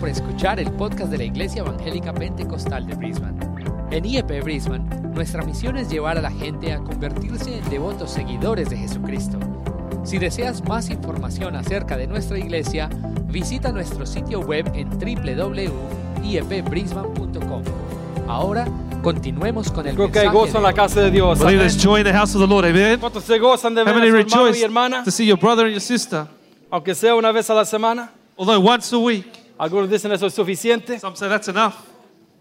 por escuchar el podcast de la Iglesia Evangélica Pentecostal de Brisbane. En IEP Brisbane, nuestra misión es llevar a la gente a convertirse en devotos seguidores de Jesucristo. Si deseas más información acerca de nuestra iglesia, visita nuestro sitio web en E www.iepbrisbane.com. Ahora, continuemos con el Creo que hay mensaje gozo de en la hoy. casa de Dios. Believe Amén. there's joy in the house of the Lord, amen. ¿Cuántos se gozan de How ver a many su hermano y rejoice hermana? to see your brother and your sister? Aunque sea una vez a la semana. Although once a week, Algunos dicen eso es suficiente. some say that's enough.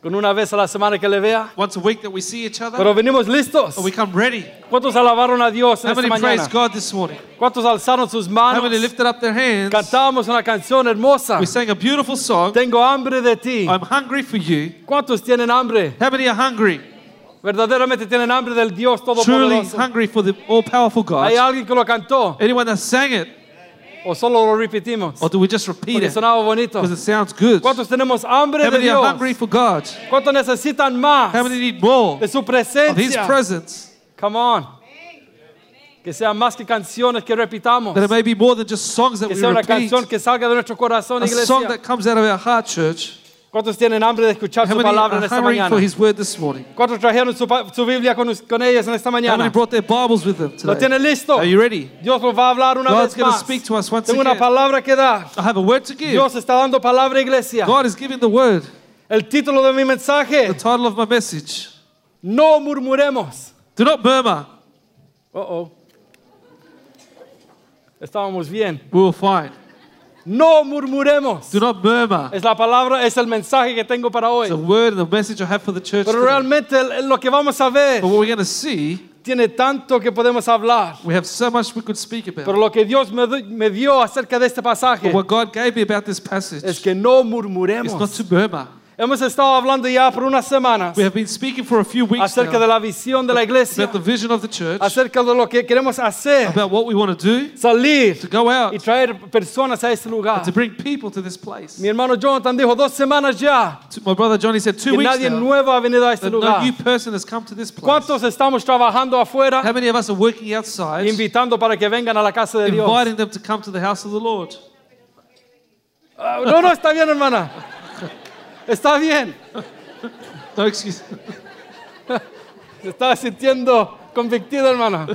Con una vez a la semana que le vea. Once a week that we see each other, Pero venimos listos. but Oh, we come ready. ¿Cuántos alabaron a Dios en How esta many praised mañana? God this morning? ¿Cuántos alzaron sus How manos? many lifted up their hands? Cantamos una canción hermosa. We sang a beautiful song. Tengo hambre de ti. I'm hungry for you. ¿Cuántos tienen hambre? How many are hungry? Verdaderamente tienen hambre del Dios Truly Todopoderoso. hungry for the all powerful ¿Hay God? alguien que lo cantó? Anyone that sang it, ¿O solo lo repetimos? or do we just repeat Porque it sonaba bonito. because it sounds good? How ¿Cuántos tenemos hambre de many are Dios? hungry for God? ¿Cuántos necesitan más How many need more de su of His presencia? presence? Come on. Que sean más que canciones que repitamos. That it may be more than just songs that Que we sea una repeat. canción que salga de nuestro corazón, A song that iglesia. comes out of our heart, church. ¿Cuántos tienen hambre de escuchar How su many palabra en are esta hungry mañana? for His word this morning? ¿Cuántos trajeron su, pa- su Biblia con, us- con ellas en esta How many mañana? brought their Bibles with them ¿Lo today? tienen listo? Are you ready? Dios nos va a hablar una God's vez going to más. speak to us once Tengo una again. palabra que dar. I have a word to give. Dios está dando palabra, iglesia. God is giving the word. El título de mi The mensaje, title of my message. no murmuremos. Do not murmur. Oh, oh. Estábamos bien. We will find. No murmuremos. Do not murmur. Es la palabra, es el mensaje que tengo para hoy. The word and the message I have for the church. Pero Today. realmente el- lo que vamos a ver But what we're going to see, tiene tanto que podemos hablar. we have so much we could speak about. Pero lo que Dios me, do- me dio acerca de este pasaje But what God gave me about this es passage que no is not murmuremos. to murmur. Hemos estado hablando ya por unas semanas We have been speaking for a few weeks acerca de now la visión de la iglesia, about the vision of the church, acerca de lo que queremos hacer, about what we want to do, to salir go out, y traer personas a este lugar. to bring people to this place. Mi hermano Jonathan dijo dos semanas ya To- My brother Johnny said two que weeks nadie now nuevo ha venido a este that no lugar. new person has come to this place. ¿Cuántos estamos trabajando afuera? How many of us are working outside, invitando para que vengan a la casa de Dios. inviting them to come to the house of the Lord? Ah, No, no, está bien, hermana. Está bien. No excuse. Se está sintiendo convictida, hermana.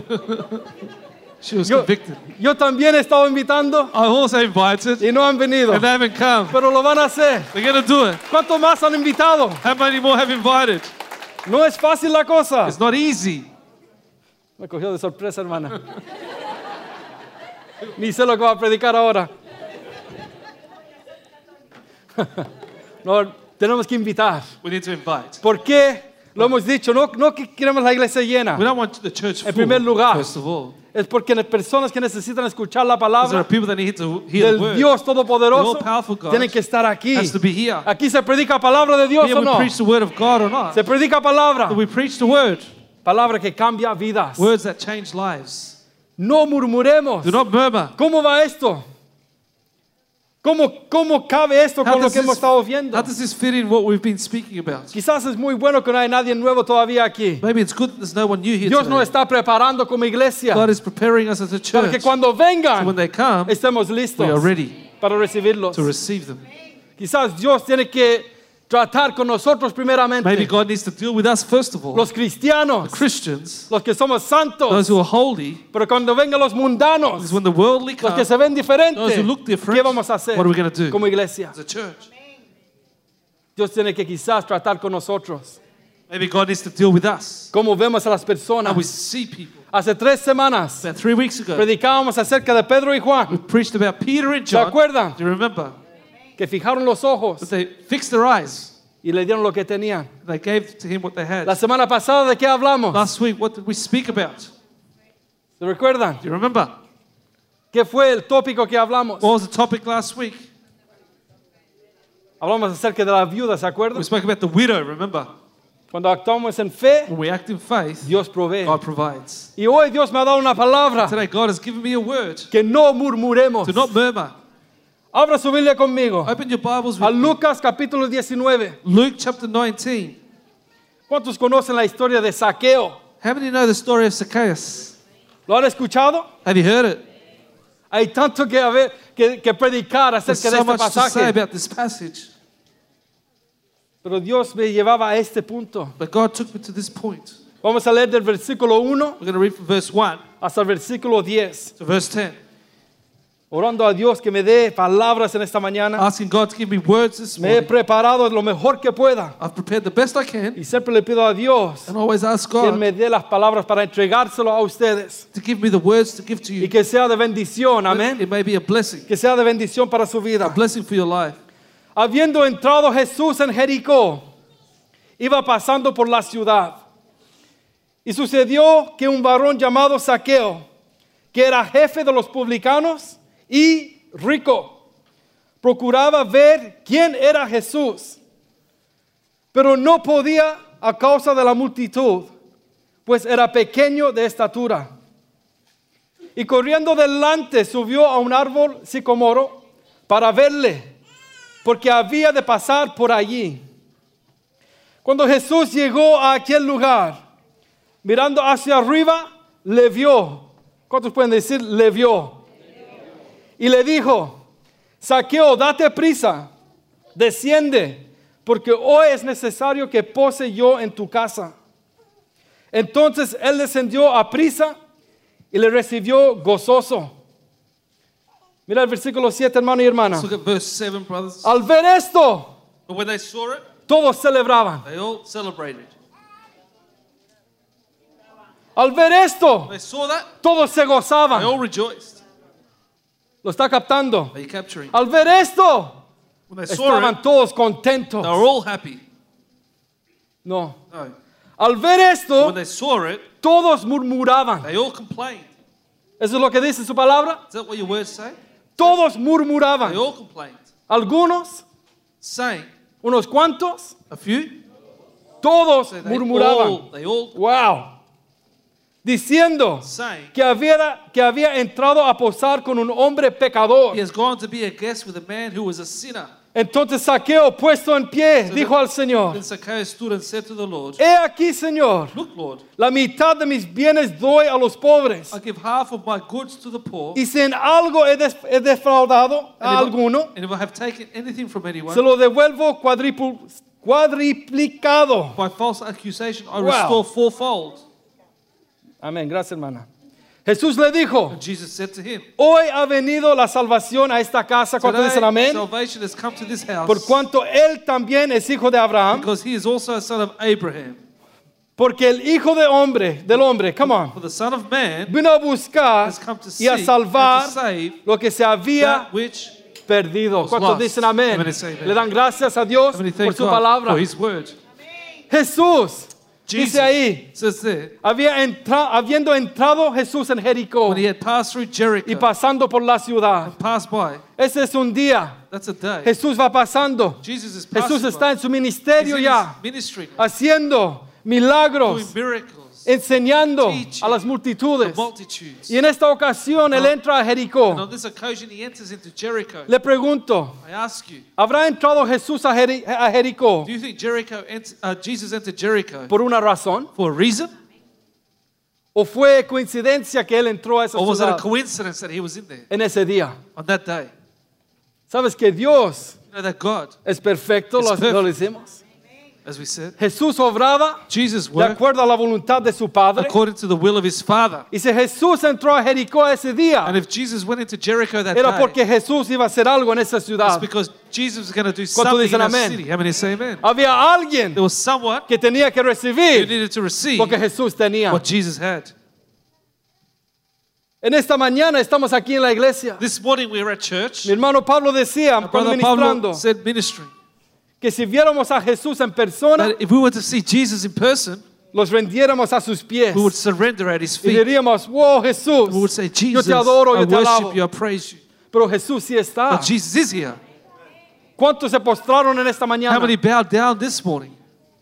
She was Yo, convicted. yo también he estado invitando I also invited, y no han venido. and they haven't come. Pero lo van a hacer. They're going to do it. ¿Cuántos más han invitado? How many more have invited? No es fácil la cosa. It's not easy. Me cogió de sorpresa, hermana. Ni sé lo que va a predicar ahora. No, tenemos que invitar. We need to invite. ¿Por qué? Lo hemos dicho, no, no que queremos la iglesia llena. We don't want the church full, En primer lugar. first of all. Es porque hay personas que necesitan escuchar la 'Cause There palabra are people that need to hear the del word. Dios The Todopoderoso. all-powerful God Tienen que estar aquí. has to be here. Aquí se predica palabra de Dios Here o we no. preach the word of God or not. Se predica palabra. We preach the word. Palabra que cambia vidas. Words that change lives. No murmuremos. Do not murmur. ¿Cómo va esto? ¿Cómo, cómo cabe esto How con lo does, que hemos this, estado viendo? how does this fit in what we've been speaking about? Quizás es muy bueno que no hay nadie nuevo todavía aquí. Maybe it's good that there's no one new here Dios today. nos está preparando como iglesia God is preparing us as a para church. que cuando when vengan they come, estemos we are listos ready para recibirlos. to receive them. Quizás Dios tiene que tratar con nosotros Maybe primeramente, God needs to deal with us first of all. los cristianos, Christians, los que somos those santos, who are holy, pero cuando vengan los mundanos, is when the worldly los que comes se ven diferentes, those who look different, ¿qué vamos a hacer what are we gonna do? como iglesia? as a church. Dios tiene que quizás tratar con nosotros, Maybe God needs to deal with us. cómo vemos a las personas. Now we see people. Hace tres semanas About three weeks ago, predicábamos acerca de Pedro y we Juan, preached about Peter and ¿se John. acuerdan? Do you remember? Que fijaron los ojos But they fixed their eyes. y le dieron lo que tenían. They gave to him what they had. La semana pasada, ¿de qué hablamos? Last week, what did we speak about? ¿Se Do recuerdan? you remember? ¿Qué fue el tópico que hablamos? What was the topic last week? Hablamos acerca de la viuda, ¿se acuerdan? We spoke about the widow, remember? Cuando actuamos en fe, When we act in faith, Dios provee. God provides. Y hoy Dios me ha dado una palabra Today, God has given me a word. que no murmuremos. Do not murmur. Abra su Biblia conmigo. Open your Bibles A with me. Lucas capítulo 19. Luke chapter 19. ¿Cuántos conocen la historia de Saqueo? How many know the story of Zacchaeus? ¿Lo han escuchado? Have you heard it? Hay tanto que, haber, que, que predicar There's acerca de so este much to say pasaje. about this passage. Pero Dios me llevaba a este punto. But God took me to this point. Vamos a leer del versículo 1 We're going to read from verse 1 hasta el versículo 10. to verse 10. Orando a Dios que me dé palabras en esta mañana. Asking God to give me words this Me he morning. preparado lo mejor que pueda. I've prepared the best I can Y siempre le pido a Dios and always ask que God me dé las palabras para entregárselo a ustedes. to give me the words to give to Y you. que sea de bendición, amén. It may be a blessing. Que sea de bendición para su vida. A blessing for your life. Habiendo entrado Jesús en Jericó, iba pasando por la ciudad. Y sucedió que un varón llamado Saqueo, que era jefe de los publicanos y rico, procuraba ver quién era Jesús, pero no podía a causa de la multitud, pues era pequeño de estatura. Y corriendo delante subió a un árbol sicomoro para verle porque había de pasar por allí. Cuando Jesús llegó a aquel lugar, mirando hacia arriba, le vio. ¿Cuántos pueden decir le vio? Y le dijo, Saqueo, date prisa, desciende, porque hoy es necesario que pose yo en tu casa. Entonces él descendió a prisa y le recibió gozoso. Mira el versículo 7, hermano y hermana. Let's look at verse 7, brothers. Al ver esto, But when they saw it, todos celebraban. they all celebrated. Al ver esto, When they saw that, todos se they gozaban. all rejoiced. Lo está captando. Are you capturing? Al ver esto, When they saw it, estaban todos they contentos. were all happy. No. No. Al ver esto, When they saw it, todos murmuraban. they all complained. Eso es lo que dice su palabra. Is that what your words say? Todos They murmuraban. all complained. Algunos, Saying, unos cuantos, a few, todos they, they, all, murmuraban. they all Wow. Diciendo saying, que había, que había entrado a posar con un hombre pecador. he has gone to be a guest with a man who was a sinner. Entonces Saqueo, puesto en pie, dijo al Señor, Then Zacchaeus stood and said to the Lord, He aquí, Señor, Look, Lord, La mitad de mis bienes doy a los pobres. I give half of my goods to the poor, Y si en algo he, des- he defraudado a and if, I, alguno, and if I have taken anything from anyone se lo devuelvo cuadripu- cuadriplicado. by false accusation, I Wow. restore fourfold. Amén, gracias hermana. Jesús le dijo, And Jesus said to him, hoy ha venido la salvación a esta casa. ¿Cuántos Today, dicen amén? salvation has come to this house Por cuanto él también es hijo de Abraham, because he is also a son of Abraham. porque el hijo de hombre, del hombre, come on, For the Son of Man vino a buscar has come to y seek a and to salvar save lo que se había that which perdido. was ¿Cuántos lost. dicen amén? Everybody say amen. Le dan gracias a Dios How many por thank su God palabra. for his word. Jesús dice ahí, says there, había entra- habiendo entrado Jesús en Jericó when he had passed through Jericho, y pasando por la ciudad. passed by, Ese es un día. that's a day. Jesús va pasando. Jesus is passing Jesús está by. en su He's ministerio in ya, his ministry, haciendo doing milagros, miracles, enseñando Teaching. a las multitudes. multitudes. Y en esta ocasión él entra a And Jericó. on this occasion, he enters into Jericho. Le pregunto, I ask you, ¿habrá entrado Jesús a, Jeri- a Jericó do you think Jericho ent- uh, Jesus entered Jericho por una razón? for a reason? ¿O fue coincidencia que él entró a esa Or was it a ciudad coincidence that he was in there en ese día? on that day? ¿Sabes que Dios You know that God, Es perfecto, Es lo, perfecto. lo decimos. as we said, Jesús obraba Jesus de worked acuerdo a la voluntad de su Padre. according to the will of his Father. Y si Jesús entró a Jericó ese día, And if Jesus went into Jericho that era day, porque Jesús iba a hacer algo en esa it's ciudad. because Jesus was going to do ¿Cuántos something in dicen our amén? city. How many say amen? Había alguien There was someone que tenía que who recibir needed to receive lo que Jesús tenía. what Jesus had. En esta mañana estamos aquí en la iglesia. This morning we were at church. Mi hermano Pablo decía, cuando Brother ministrando, Pablo said ministry. que si viéramos a Jesús en persona, That if we were to see Jesus in person, los rendiéramos a sus pies. we would surrender at his Y feet. diríamos, wow, Jesús, We would say, yo Jesus, te adoro, I yo te alabo. worship you, Oh, I praise you. Pero Jesús sí está. But Jesus is here. ¿Cuántos se postraron en esta How mañana? many bowed down this morning?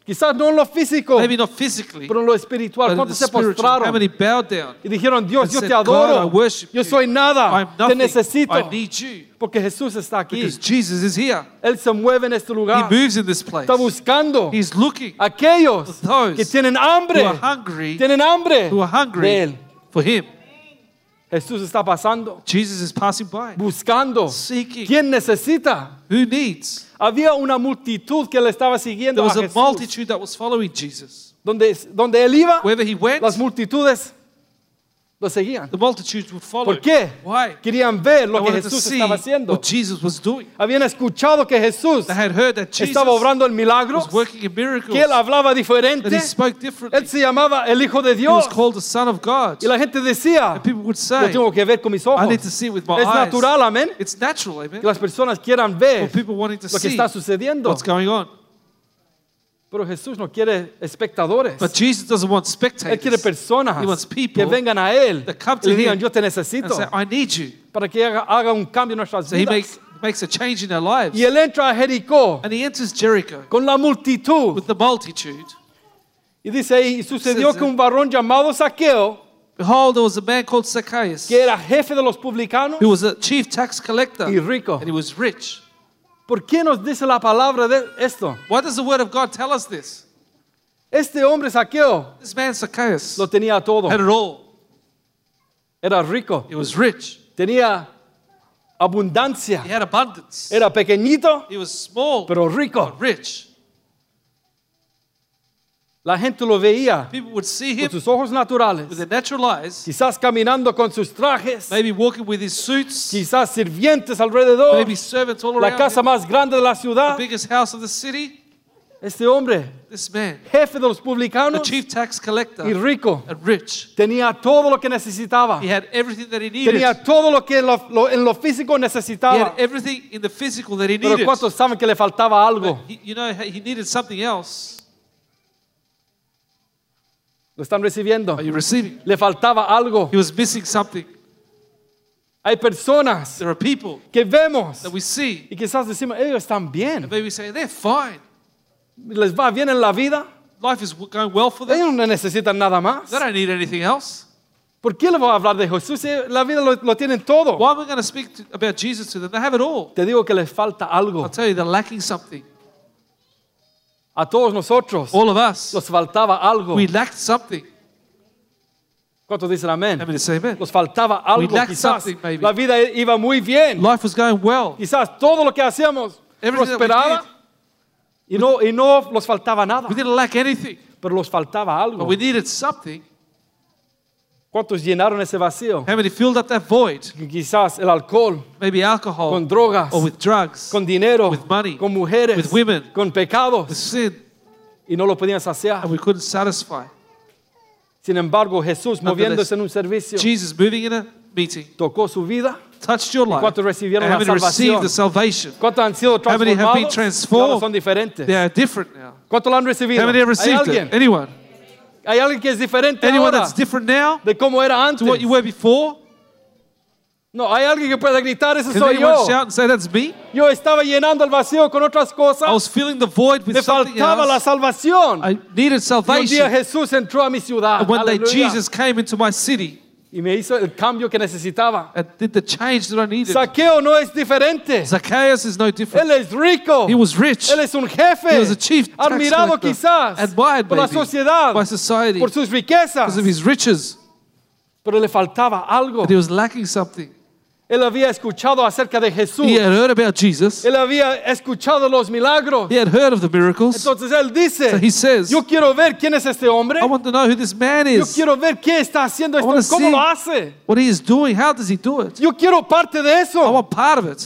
Quizás no en lo físico, Maybe not physically, Oh. pero en lo espiritual. but in the ¿Cuántos se spiritual. How postraron many bowed down? y dijeron, Dios, and yo said, te "God, adoro, I worship yo you. soy I'm nada, Ah, te nothing. necesito? I need you. Porque Jesús está aquí. Because Jesus is here. Él se mueve en este He lugar. moves in this place. Está Ah. buscando He's looking a aquellos Those que tienen who hambre, are hungry, tienen hambre who are de hungry Él. for Him. Jesús está pasando, Jesus is passing by, buscando seeking quién necesita. who needs. Había una multitud que le estaba siguiendo There a was a Ah, Jesús. multitude that was following Jesus. Donde, donde él iba, Wherever he went, las multitudes lo seguían. the multitudes would follow. ¿Por qué? Why? Querían ver They lo que wanted to Jesús see estaba haciendo. what Jesus was doing. Habían escuchado que Jesús They had heard that Jesus estaba was obrando el milagro, working in miracles, que él hablaba that he diferente. spoke Él differently. se llamaba el Hijo de He was Dios. called the Son of God. Y la gente decía, And people would lo say, tengo que ver con mis ojos. I need to Es see with my eyes. natural, amén. It's natural, amen. Que las personas quieran ver For people wanting to lo que see está sucediendo. what's going on. Pero Jesús no quiere espectadores. But Jesus doesn't want Él quiere spectators. personas He wants people que vengan a Él that come y to le digan, him yo te and necesito say, I need you. para que haga, haga un cambio en nuestras So he vidas. makes, makes a change in their lives. Y Él entra a Jericó And he enters Jericho con la multitud. with the multitude. Y dice ahí, y sucedió Says- que un varón llamado Saqueo, Behold, there was a man called Zacchaeus que era jefe de los publicanos, who was a chief tax collector Y rico. and he was rich. ¿por qué nos dice la palabra de esto? Why does the word of God tell us this? Este hombre Saqueo This man Zacchaeus lo tenía todo. had it all. Era rico, He was rich. tenía abundancia. He had abundance. Era pequeñito, He was small, pero but rico. rich. La gente lo veía People would see con him sus ojos with naturales, their natural eyes, quizás caminando con sus trajes, maybe walking with his suits, quizás sirvientes alrededor, maybe servants all la around casa him, más grande de la the ciudad. biggest house of the city. Este hombre, This man, jefe de los the publicanos chief tax y collector rico, and rich, tenía todo lo que necesitaba. he had everything that he needed. Tenía todo lo que en lo, lo- en lo físico He had necesitaba. everything in the physical that he Pero needed. ¿cuántos saben que le faltaba algo? He- you know, he needed something else. ¿Lo están recibiendo? Are you receiving? Le faltaba algo. He was missing something. Hay personas There are people que vemos that we see, y quizás decimos, ellos están bien, and maybe we say, they're fine. les va bien en la vida, Life is w- going well for them. ellos no necesitan nada más. They don't need anything else. ¿Por qué le voy a hablar de Jesús? Si La vida lo, lo tienen todo. Why are we going to speak to, about Jesus to them? They have it all. Te digo que les falta algo. I'll tell you, they're lacking something. A todos nosotros All of us, nos faltaba algo. we lacked something. ¿Cuántos dicen amén? Amen. Say amen. Nos faltaba algo lack quizás. something, maybe. La vida iba muy bien. Life was going well. Quizás todo lo que hacíamos Everything that prosperaba y no, y no nos faltaba nada, We didn't lack anything, pero nos faltaba but algo. we needed something. ¿Cuántos llenaron ese vacío? How many filled up that void? Quizás el alcohol, Maybe alcohol, con drogas, or with drugs, con dinero, with money, con mujeres, with women, con pecados, with sin, y no lo podían saciar. and we couldn't satisfy. Sin embargo, Jesús, Nonetheless, moviéndose en un servicio, Jesus moving in a meeting tocó su vida. touched your life. cuántos recibieron and la how many received salvación? the salvation? ¿Cuántos han sido How many have been transformados? Y ahora transformed? son diferentes. They are different now. ¿Cuántos lo han recibido? How many have ¿Hay received alguien? it? Anyone? ¿Hay alguien que es diferente Anyone ahora that's different now de cómo era to antes? what you were before? No, hay alguien que pueda gritar, ese Can soy anyone yo. shout and say that's me? Yo estaba llenando el vacío con otras I cosas. was feeling the void with Me something faltaba la else. salvación. I Y needed un día salvation. Jesús entró a mi ciudad. And one day Aleluya. Jesus came into my city y me hizo el cambio que necesitaba. and did the change that I needed. Saqueo no es diferente. Zacchaeus is no different. Él es rico. He was rich. Él es un jefe. He was a chief tax admirado collector. quizás Admired, por la maybe, sociedad, by society. por sus riquezas. Because of his riches, Pero le faltaba algo. but he was lacking something. Él había escuchado acerca de Jesús. He had heard about Jesus. Él había escuchado los milagros. He had heard of the miracles. Entonces él dice, So he says, yo quiero ver quién es este hombre. I want to know who this man Yo is. quiero ver qué está haciendo esto, wanna cómo see- lo hace. What he is doing. How does he do it? Yo quiero parte de I eso. want part of it.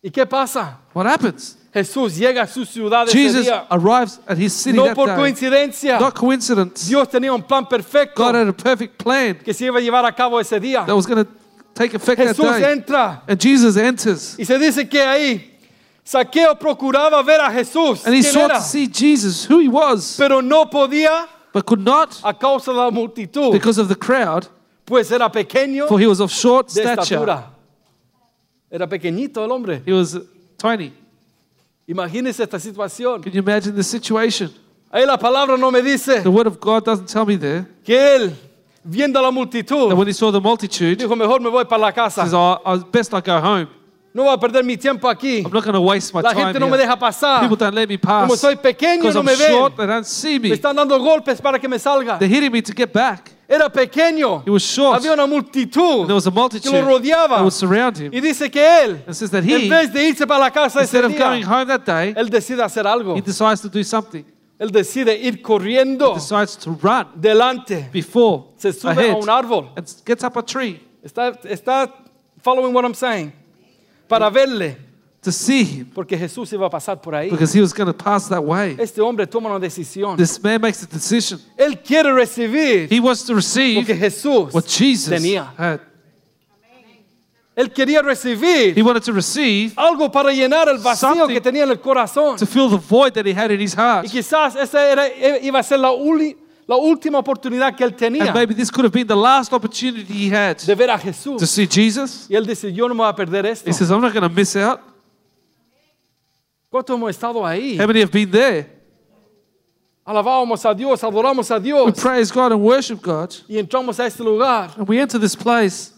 ¿Y qué pasa? What happens? Jesús llega a su ciudad ese Jesus día. arrives at his city No that por day. coincidencia. Not coincidence. Dios tenía un plan God perfecto had a perfect plan que se iba a llevar a cabo ese día. that was going to take effect that Jesús day. entra And Jesus enters. y se dice que ahí Saqueo procuraba ver a Jesús, And he quién sought era, to see Jesus, who he was, pero no podía but could not a causa de la multitud, because of the crowd, pues era pequeño for he was of short de stature. estatura. Era pequeñito el hombre. He was tiny. Imagínense esta situación. Can you imagine the situation? Ahí la palabra no me dice The word of God doesn't tell me there que él, viendo a la that multitud, when he saw the multitude, he dijo, mejor me voy para la casa. says, oh, I- best I go home. No voy a perder mi tiempo aquí. I'm not going to waste my La time gente no me here. deja pasar. People don't let me pass. Como soy pequeño, because no I'm me ven. short, they don't see Me me. están dando golpes para que me salga. They're hitting me to get back. Era pequeño. He was short. Había una multitud And there was a multitude que lo rodeaba. that would surround him. Y dice que él, It says that en he, vez de irse para la casa ese instead of día, going home that day, él decide hacer algo. he decides to do something. Él decide ir corriendo Decides to run delante. before, Se sube a ahead, un árbol. and s- gets up a tree Está, está following what I'm saying. Para verle, to see him porque Jesús iba a pasar por ahí. because he was going to pass that way. Este hombre toma una decisión. This man makes a decision. Él quiere recibir He wants to lo que receive Jesús what Jesus tenía. had. Él quería recibir He wanted to receive algo para llenar el vacío Something que tenía en el corazón. to fill the void that he had in his Y heart. quizás esa era, e, iba a ser la, uli- la última oportunidad que él tenía And maybe this could have been the last opportunity he had de ver a to Jesús. see Jesus. Y él dice, yo no me voy a perder esto. He says, I'm not going to miss out. ¿Cuánto hemos estado ahí? How many have been there? Alabábamos a Dios, adoramos a We Dios. praise God and worship God. Y entramos a este lugar And we enter this place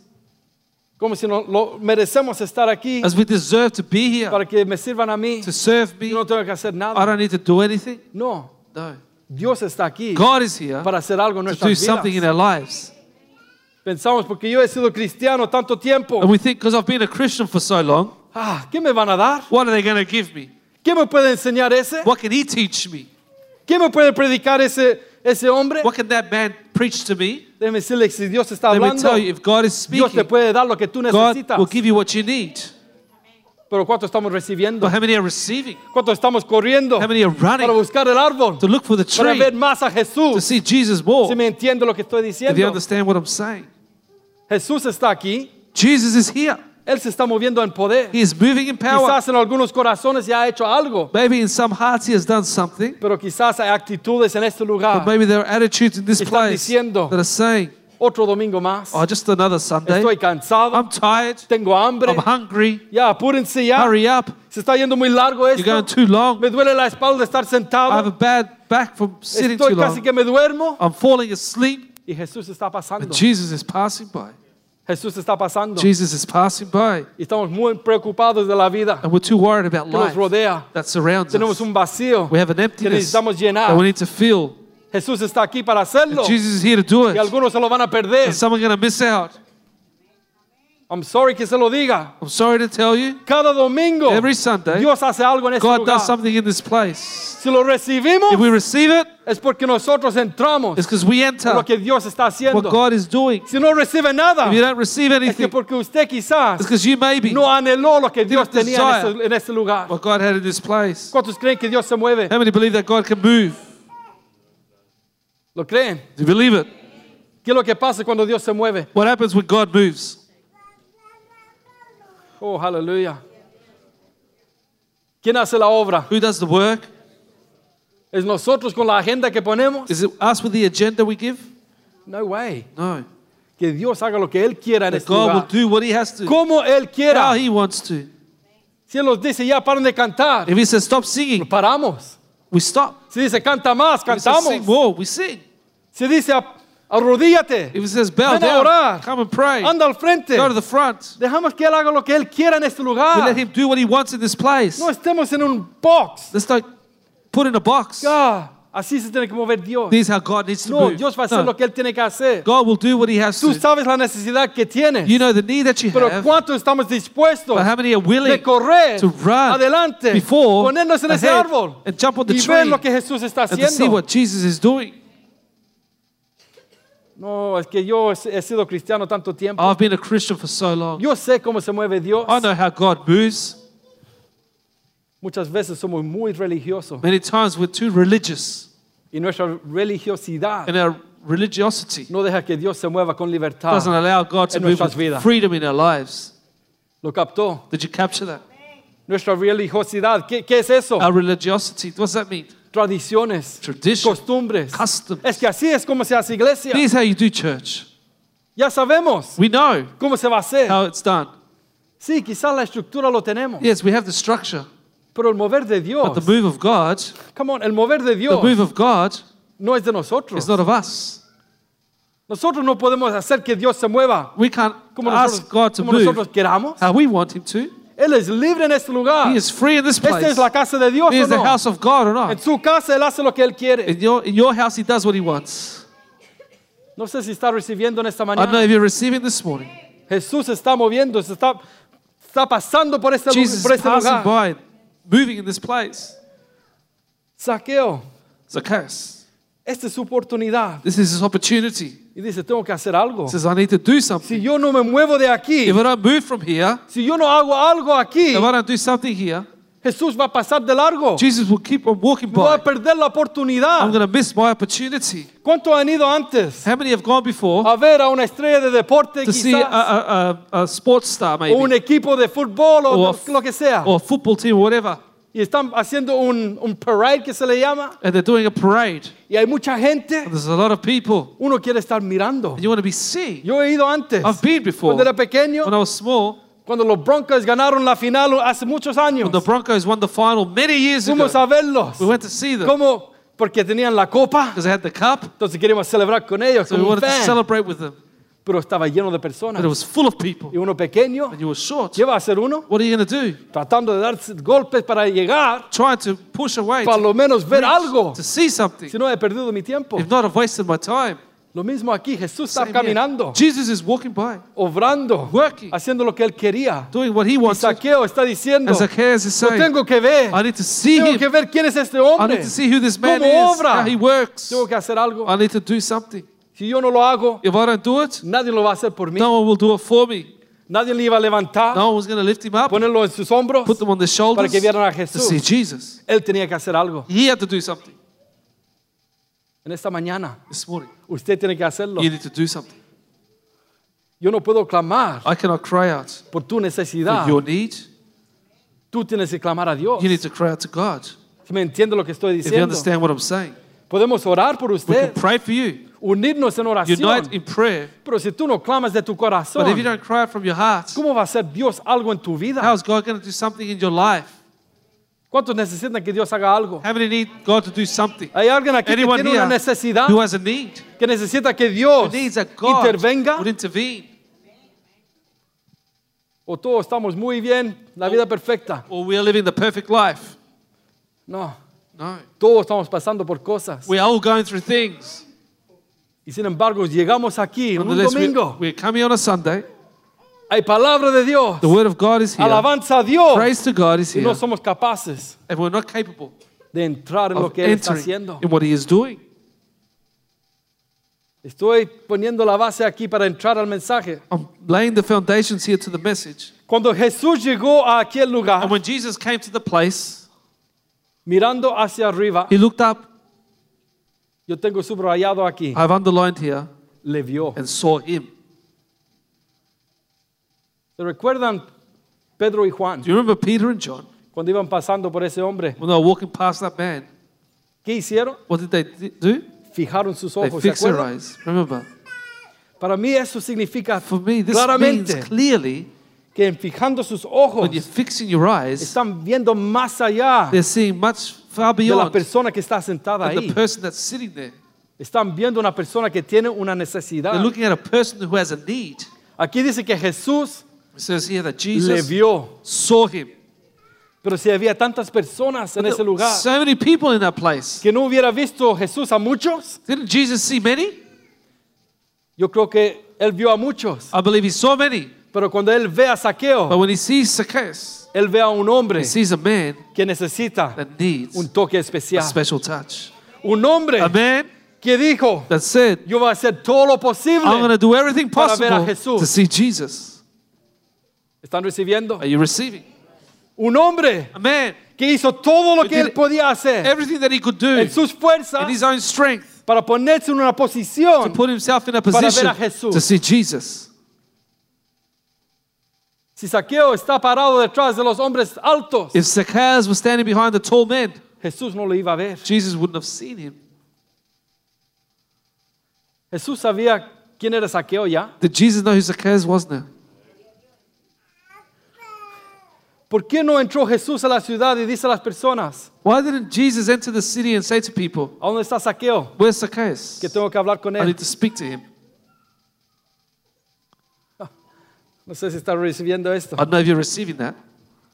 como si no lo merecemos estar aquí as we deserve to be here, para que me sirvan a mí. to serve Yo me. no tengo que hacer I nada. don't need to do anything. No, No. Dios está aquí God is here para hacer algo en to do nuestras something in vidas. our lives. Pensamos, porque yo he sido cristiano tanto And tiempo, we think, because I've been a Christian for so long, ah, ¿qué me van a dar? what are they going to give me? ¿Qué me puede enseñar ese? What can he teach me? ¿Qué me puede predicar ese, ese hombre? What can that man preach to me? Déjeme decirle que si Dios está Let me hablando, tell you, if God is Dios te speaking, puede dar lo que tú God necesitas. will give you what you need. Pero ¿cuánto estamos recibiendo? But how many are receiving? ¿Cuánto estamos corriendo How many are para running buscar el árbol? to look for the Para ver tree más a to Jesús. see Jesus more? Si me entiende lo que estoy If you diciendo. understand what I'm saying, Jesús está aquí. Jesus is here. Él se está moviendo en poder. He is moving in power. Quizás en algunos corazones ya ha hecho algo. Maybe in some hearts he has done something, Pero quizás hay actitudes en este but lugar. maybe there are attitudes in this Ah. Están place diciendo, that are saying, Otro domingo más. "Oh, just another Sunday. Estoy cansado. I'm tired. Tengo hambre. I'm hungry. Ya, apúrense ya. Hurry up. Se está yendo muy largo You're going esto. too long. Me duele la espalda de estar I have a sentado. bad back from sitting too Estoy casi long. que me duermo. I'm falling asleep." Y Jesús está pasando. And Jesus is passing by. Jesús está pasando. Jesus is passing by, Y estamos muy preocupados de la vida and we're too worried about que nos life rodea. that surrounds Tenemos us. un vacío We have an que emptiness necesitamos that we llenar. need to fill. Jesús está aquí para hacerlo. Jesus is here to do Y it. algunos se lo van a perder. And some are going to miss out. I'm sorry que se lo diga. I'm sorry to tell you, Cada domingo Every Sunday, Dios hace algo en este God lugar. does something in this place. Si lo recibimos If we receive it, es porque nosotros entramos it's because we enter en lo que Dios está what haciendo. God is doing. Si no recibe nada If you don't receive es que anything, porque usted quizás it's because you maybe no anheló lo que Dios tenía en desire. ese, en ese lugar. what God had in this place. ¿Cuántos creen que Dios se mueve? How many believe that God can move? ¿Lo creen? Do you believe it? ¿Qué es lo que pasa cuando Dios se mueve? What happens when God moves? Oh, aleluya. ¿Quién hace la obra? Who does the work? ¿Es nosotros con la agenda que ponemos? Is it us with the agenda we give? No way. No. Que Dios haga lo que Él quiera en That este God will lugar. do what He has to, Como Él how quiera. He wants to. Si Él nos dice ya paren de cantar, If He says stop singing, paramos. we stop. Si dice canta más, If He says sing cantamos. more, we sing. Si dice "Ap- arrodíllate, If He says bow Ven a down, orar. come and pray, anda al frente. go to the front. Dejamos que Él haga lo que Él quiera en este We let lugar. Him do what He wants in this place. No estemos en un box. Let's not put in a box. Ah, así se tiene que mover Dios. This is how God needs to No, move. Dios va a hacer No. lo que Él tiene que hacer. God will do what He has Tú Ah. to. sabes la necesidad que tienes. You know the need that you Pero have, cuánto estamos dispuestos but how many are de willing correr to run adelante, before ponernos en ese ahead árbol and jump on the y tree ver lo que Jesús está and to see haciendo. what Jesus is doing? No, es que yo he he sido cristiano tanto tiempo. I've been a Christian for so long. Yo sé cómo se mueve Dios. I know how God moves. Muchas veces somos muy religiosos Many times we're too religious y nuestra religiosidad and our religiosity no deja que Dios se mueva con libertad. doesn't allow God to En move nuestras with vidas. freedom in our lives. ¿Lo captó? Did you capture that? Nuestra religiosidad, ¿qué, qué es eso? Our religiosity, what does that mean? Tradiciones, Tradition. costumbres. customs. Es que así es como se hace iglesia. This is how you do church. Ya sabemos We know cómo se va a hacer. how it's done. Sí, quizás la estructura lo tenemos, Yes, we have the structure, pero el mover de Dios, but the move of God, come on, el mover de the Dios move of God no es de is nosotros. not of us. Nosotros no podemos hacer que Dios se mueva We can't como ask nosotros, God to como nosotros move queramos. how we want Him to. Él es libre en este lugar. He is free in this Esta place. es la casa de Dios. He ¿o is the no? house of God or En not. su casa Él hace lo que Él quiere. In your, in your house, He does what He wants. No sé si está recibiendo en esta I don't know mañana. if you're receiving this morning. Jesús se está moviendo, se está, está pasando por este, lu- Jesus por is este passing lugar. by, moving in this place. Saqueo, Zacchaeus, esta es su oportunidad. this is his opportunity. Y dice, tengo que hacer algo. He says, I need to do something. Si yo no me muevo de aquí, If I don't move from here, si yo no hago algo aquí, if I don't do something here, Jesús va a pasar de largo. Jesus will keep on walking Voy by. a perder la I'm oportunidad. going to miss my opportunity. ¿Cuántos han ido antes How many have gone before a ver a una estrella de deporte to see a, quizás? a, a, a sports star, O un maybe, equipo de fútbol O o a de- f- lo que sea. or a football team, or whatever, Y están haciendo un, un parade que se le llama. and they're doing a parade? Y hay mucha gente. And there's a lot of people, Uno quiere estar mirando. and you want to be seen. Yo he ido antes. I've been before. Cuando era pequeño, When I was small, cuando los Broncos ganaron la final hace muchos años, when the Broncos won the final many years fuimos ago, a verlos. we went to see them ¿Cómo? Porque tenían la copa. because they had the cup. Entonces queríamos celebrar con ellos, So we como un wanted to fan. celebrate with them. Pero estaba lleno de But personas. it was full of people. Y uno pequeño, And you were short. ¿qué va a hacer uno? What are you going to do? Tratando de dar golpes para llegar, Trying to push away para to, lo menos ver algo. to see something. Si no, he perdido mi tiempo. If not, I've wasted my time. Lo mismo aquí, Jesús está Same here. caminando, Jesus is walking by, obrando, Working. haciendo lo que él quería. doing what he Y wants. to. Saqueo está diciendo, And Zacchaeus is lo saying, tengo que ver, I need to see tengo que him. ver quién es este I hombre, need to see who this man cómo is, obra. how he works. Tengo que hacer algo. I need to do something. Si yo no lo hago, If I don't do it, nadie lo va a hacer por mí. no one will do it for me. Nadie le iba a levantar, No one's going to lift him up, ponerlo en sus hombros. put them on their Para shoulders que vieran a to Jesús. see Jesus. Él tenía que hacer algo. He had to do something En esta mañana, this morning. usted tiene que hacerlo. You need to do something. Yo no puedo clamar I cannot cry out por tu necesidad. for your need. Tú tienes que clamar a Dios. You need to cry out to God. Si me entiende lo que estoy If you diciendo, understand what I'm saying, podemos orar por we can usted, pray for you, unirnos en unite oración. in prayer. Pero si tú no clamas de tu But if corazón, you don't cry out from your heart, ¿cómo va a hacer Dios algo en tu how vida? is God going to do something in your life? ¿Cuántos necesitan que Dios haga algo? How many need God to do something? Hay alguien aquí que Anyone tiene here una necesidad, who has a need? que necesita que Dios Needs that God intervenga. would intervene, O todos estamos muy bien, la vida perfecta. or we are living the perfect life. No, No, todos estamos pasando por cosas. we are all going through things. Y sin embargo, llegamos aquí un Nonetheless, we- domingo. we're coming on a Sunday. Hay palabra de Dios. The word of God is here. Alabanza a Dios. Praise to God is Y no here, somos capaces and we're not capable de entrar en lo of que Él está entering haciendo. in what He is doing. Estoy poniendo la base aquí para entrar al mensaje. I'm laying the foundations here to the message. Cuando Jesús llegó a aquel lugar, And when Jesus came to the place, mirando hacia arriba, He looked up. yo tengo subrayado aquí, I've underlined here le vio. and saw Him. ¿Se recuerdan Pedro y Juan Do you remember Peter and John cuando iban pasando por ese hombre? when they were walking past that man? ¿Qué hicieron? What did they di- do? Fijaron sus They ojos. ¿Se fixed their acuerdan? eyes. Remember, Para mí eso significa for me, this means claramente clearly que en fijando sus ojos when you're fixing your eyes, están viendo más allá they're seeing much far de la beyond persona que está sentada than ahí. the person that's sitting there. Están viendo una persona que tiene una They're necesidad. looking at a person who has a need. Aquí dice que Jesús It says here that le Jesus vio, saw him. pero si había tantas personas en ese lugar So many people in that place. que no hubiera visto Jesús a muchos, Didn't Jesus see many? yo creo que él vio a muchos. I believe he saw many. Pero cuando él ve a But Saqueo, when he sees Zacchaeus, él ve a un hombre he sees a man que necesita that needs un toque a especial. special touch. Un hombre A man que dijo, that said, yo voy a hacer todo lo I'm going posible. to do everything Para ver a possible Jesús. to see Jesus. ¿Están recibiendo? Are you receiving? Un hombre A man, que hizo todo lo que did él podía hacer everything that he could do en sus in his fuerzas own strength para ponerse en una to posición put himself in a ver a position Jesús. to see Jesus. Si Saqueo está parado detrás de los hombres altos, If Zacchaeus was standing behind the tall man, Jesús no lo iba a ver. Jesus wouldn't have seen him. Jesús sabía quién era Saqueo ya. Did Jesus know who Zacchaeus was now? ¿Por qué no entró Jesús a la ciudad y dice a las personas, Why didn't Jesus enter the city and say to people, ¿a dónde está Saqueo? Where's Zacchaeus? Que tengo que hablar con I él. need to speak to him. No sé si está recibiendo esto. I don't know if you're receiving that.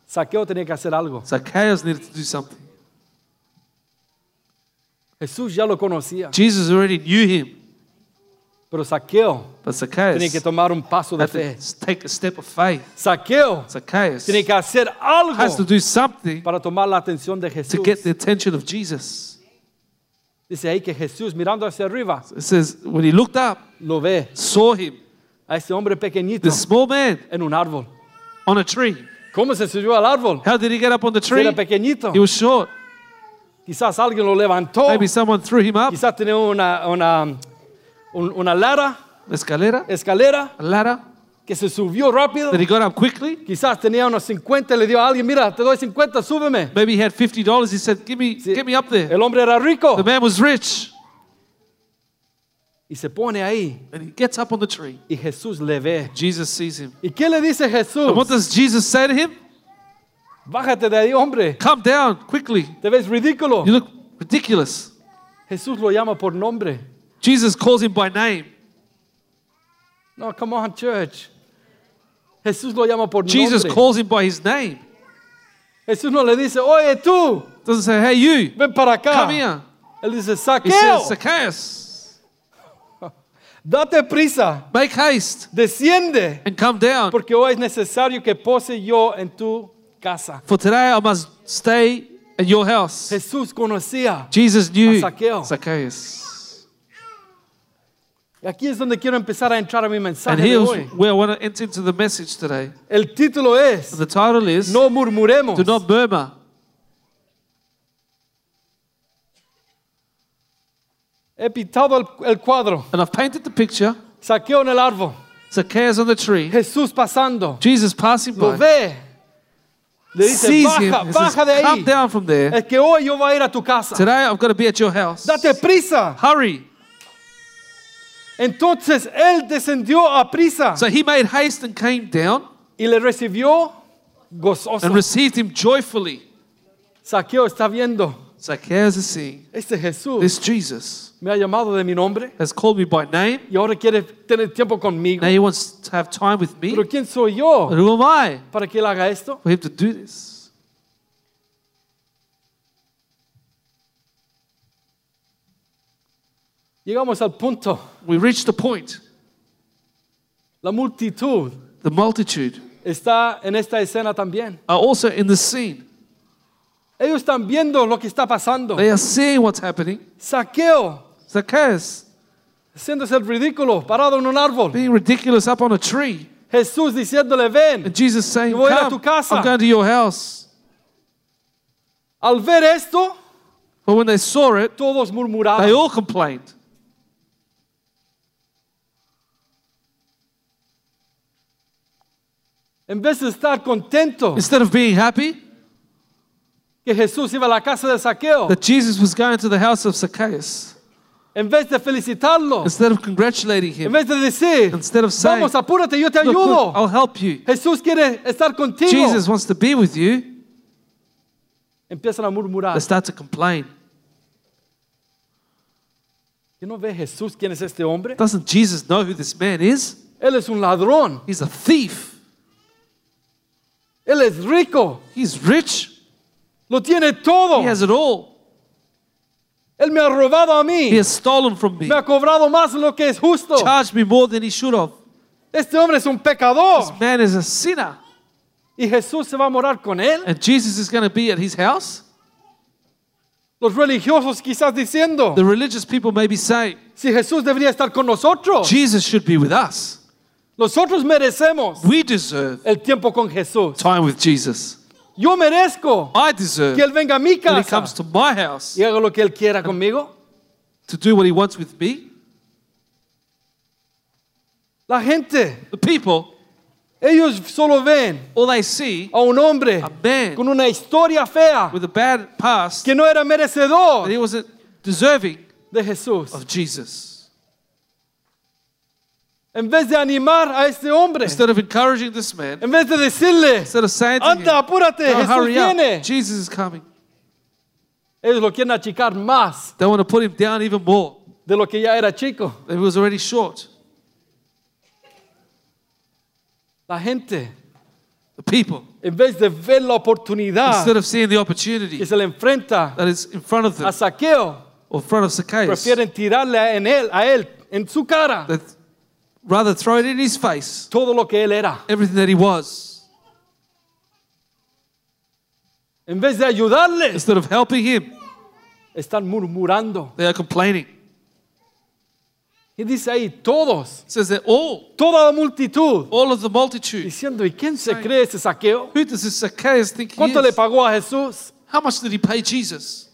Saqueo tenía que hacer algo. Zacchaeus needed to do something. Jesús ya lo conocía. Jesus already knew him. Pero Saqueo But Zacchaeus tiene que tomar un paso de had fe. to take a step of faith. Saqueo Zacchaeus tiene que hacer has to algo do something para tomar la atención de to Jesús. get the attention of Jesus. Dice ahí que Jesús mirando hacia arriba It says, when he looked up, lo ve saw him, a ese hombre pequeñito this small man en un árbol. on a tree. ¿Cómo se subió al árbol? How did he get up on the Si tree? era pequeñito. He was short. Quizás alguien lo levantó. Maybe someone threw him up. Quizás tenía una, una, un- una lara, Escalera, escalera, a ladder. que se subió rápido. Then he got up quickly. Quizás tenía unos 50 y le dio a alguien, mira, te doy 50, súbeme. Maybe he had fifty dollars. He said, "Give me, Sí. get me up there." El hombre era rico The man was rich, y se pone ahí and he gets up on the tree. y Jesús le ve. Jesus sees him. ¿Y qué le dice And what Jesús? does Jesus say to him? Bájate de ahí, hombre. Come down quickly. Te ves ridículo. You look ridiculous. Jesús lo llama por nombre. Jesus calls him by name. No, come on, church. Jesús lo llama por Jesus nombre. calls him by his name. Jesús no le dice, oye tú, Doesn't say, "Hey, you, ven para acá. come here." Él dice, He saqueo, says, "Zacchaeus, date prisa, make haste desciende, and come down, porque hoy es necesario que pose yo en tu casa. for today I must stay at your house." Jesús conocía. Jesus knew A Zacchaeus. Zacchaeus. Y aquí es donde quiero empezar a entrar a mi And mensaje de here's hoy. where I want to enter into the message today. El título es, The title is no murmuremos. Do Not Murmur. He pintado el, el cuadro. And I've painted the picture. Saqueo en el árbol. Zacchaeus on the tree. Jesús pasando. Jesus passing Lo by. ve. Le dice, Sees him. baja, and says, baja de Come ahí. down from there. Es que hoy yo voy a ir a tu casa. Today I've got to be at your house. Date prisa. Hurry. Entonces él descendió a prisa So he made haste and came down y le recibió gozoso. and received him joyfully. Saqueo está viendo. Zacchaeus is seeing Este Jesús this Jesus me ha llamado de mi nombre has called me by name. y ahora quiere tener tiempo conmigo. Now he wants to have time with me. Pero ¿quién soy yo But who am I para que él haga esto? for him to do this? Llegamos al punto. We reached the point. La multitud The multitude está en esta escena también. are also in the scene. Ellos están viendo lo que está pasando. They are seeing what's happening. Saqueo, Zacchaeus haciéndose el ridículo, parado en un árbol. being ridiculous up on a tree. Jesús diciéndole, ven. And Jesus saying, Yo voy a ir a Come, tu casa." I'm going to your house. Al ver esto, But when they saw it, todos murmuraron. they all complained. En vez de estar contento Instead of being happy que Jesús iba a la casa de Saqueo, that Jesus was going to the house of Zacchaeus, en vez de felicitarlo, instead of congratulating en him, vez de decir, Instead of saying, vamos, apúrate, yo te "Look, look, ayudo. I'll help you. Jesús quiere estar contigo. Jesus wants to be with you. Empiezan a murmurar. They start to complain. ¿Que no ve Jesús quién es este hombre? Doesn't Jesus know who this man is? Él es un ladrón. He's a thief. Él es rico. He's rich. Lo tiene todo. He has it all. Él me ha robado a He mí. has stolen from me, Me ha cobrado más de lo que es justo. charged me more than he should have. Este hombre es un pecador. This man is a sinner. Y Jesús se va a morar con él. And Jesus is going to be at his house. Los religiosos quizás diciendo, The religious people may be saying, si Jesús debería estar con nosotros, Jesus should be with us. nosotros merecemos We deserve el tiempo con Jesús. time with Jesus. Yo merezco I que deserve Él venga a mi that he comes casa to my house y haga lo que Él quiera conmigo. to do what he wants with me. La gente, The people, ellos solo ven all they see a un hombre a man con una historia fea with a bad past que no era that merecedor he wasn't deserving de Jesús. of Jesus. En vez de animar a este hombre, Instead of encouraging this man, en vez de decirle, instead of saying to him, anda, apúrate, "No, Jesús hurry viene. up, Jesus is coming. Ellos lo quieren achicar más They want to put him down even more. de lo que ya era chico. He was already short. La gente, The people, en vez de ver la oportunidad instead of seeing the que opportunity se le enfrenta that is in front of a them Saqueo, or in front of Zacchaeus, prefieren tirarle en él, a él en su cara They th- rather throw it in his face, todo lo que él era. everything that he was, En vez de ayudarles, instead of helping him. están murmurando. They are complaining. Y dice ahí, todos, It says that all, toda la multitud, all of the multitude, diciendo, ¿y quién se cree ese saqueo? who does this Zacchaeus think he ¿Cuánto le is? pagó a Jesús? How much did he pay Jesus?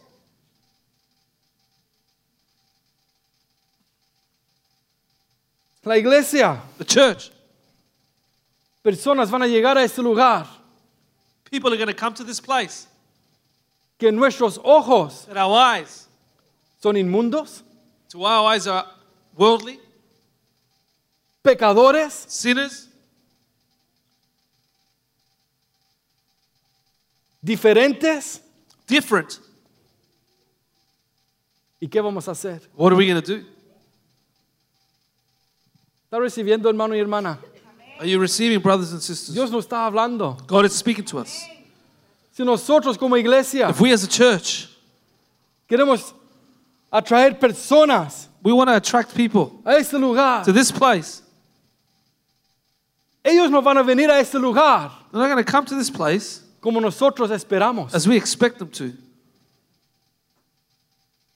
La iglesia, The church. personas van a llegar a ese lugar People are going to come to this place que nuestros ojos that our eyes, son inmundos, to our eyes, are worldly, pecadores, sinners, diferentes. different. ¿Y qué vamos a hacer? What are we going to do? ¿Está recibiendo, hermano y hermana? Are you receiving, brothers and sisters? Dios nos está hablando. God is speaking to us. Si nosotros como iglesia If we as a church, queremos atraer personas we want to attract people a este lugar, to this place, ellos no van a venir a este lugar they're not going to come to this place como nosotros esperamos. as we expect them to. Do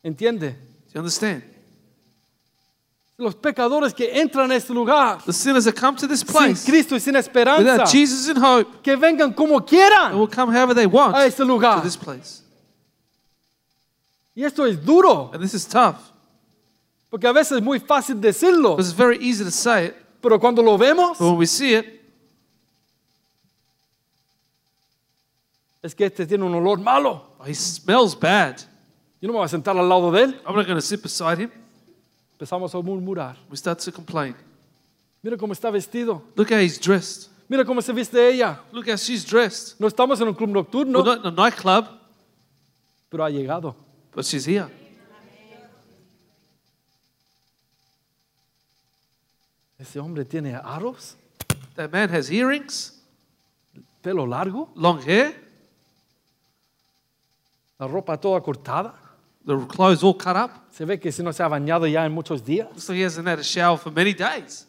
¿Entiende? you understand? Los pecadores que entran a este lugar The sinners that come to this sin place Cristo y sin esperanza, without Jesus in hope, que vengan como they quieran will come however they a want Ah, este to lugar. this place. Y esto es duro, And this is tough porque a veces es muy fácil decirlo, because it's very easy to say it, pero cuando lo vemos but when we see it, es que este tiene un olor malo. oh, he smells bad. Yo no me voy a sentar al lado de él. I'm not going to sit beside him. Empezamos a murmurar. We start to complain. Mira cómo está vestido. Look how he's dressed. Mira cómo se viste ella. Look how she's dressed. No estamos en un club We're nocturno, not in a nightclub, pero ha llegado. but she's here. Ese hombre tiene aros, That man has earrings, pelo largo, long hair, la ropa toda cortada. the clothes all cut up. Se ve que si no se ha bañado ya en muchos días. Looks like he hasn't had a shower for many days.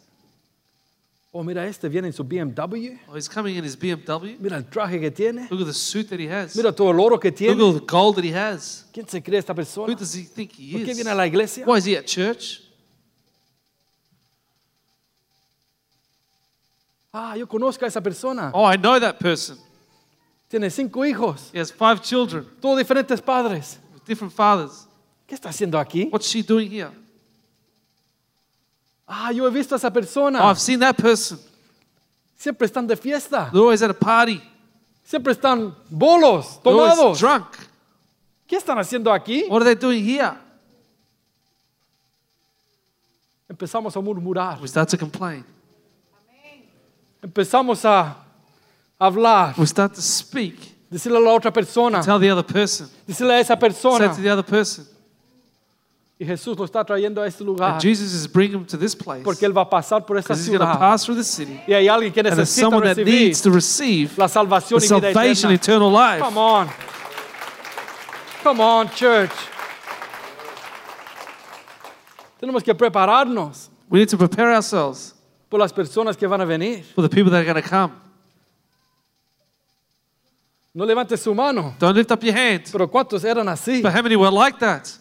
Oh, mira, este viene en su BMW. Oh, he's coming in his BMW. Mira el traje que tiene. Look at the suit that he has. Look Mira todo el oro que at tiene. all the gold that he has. ¿Quién se cree esta Who persona? does he think he ¿Por qué is? viene a la iglesia? Why is he at church? Ah, yo conozco a esa persona. Oh, I know that person. Tiene cinco hijos, He has five children todos diferentes padres. with different fathers. ¿Qué está haciendo aquí? What's she doing here? Ah, yo he visto a esa Oh, persona. I've seen that person. Siempre están de fiesta. They're always at a party. Siempre están bolos, They're always tomados. drunk. ¿Qué están haciendo aquí? What are they doing here? Empezamos a murmurar. We start to complain. Empezamos a hablar. We start to speak. Decirle a la otra persona. Tell the other person. Decirle a esa Say persona. to the other person. Y Jesús lo está trayendo a este lugar. And Jesus is bringing him to this place. Porque Él va a pasar por esta Because he's going to ciudad. pass through the city. Y hay alguien que And there's necesita someone that recibir needs to receive la the salvación y vida salvation, eterna. eternal Come life. on. Come on, church. Tenemos que prepararnos We need to prepare ourselves por las personas que van a venir. for the people that are going to come. No levante su mano. Don't lift up your hand. Pero ¿cuántos eran así? But how many were like that?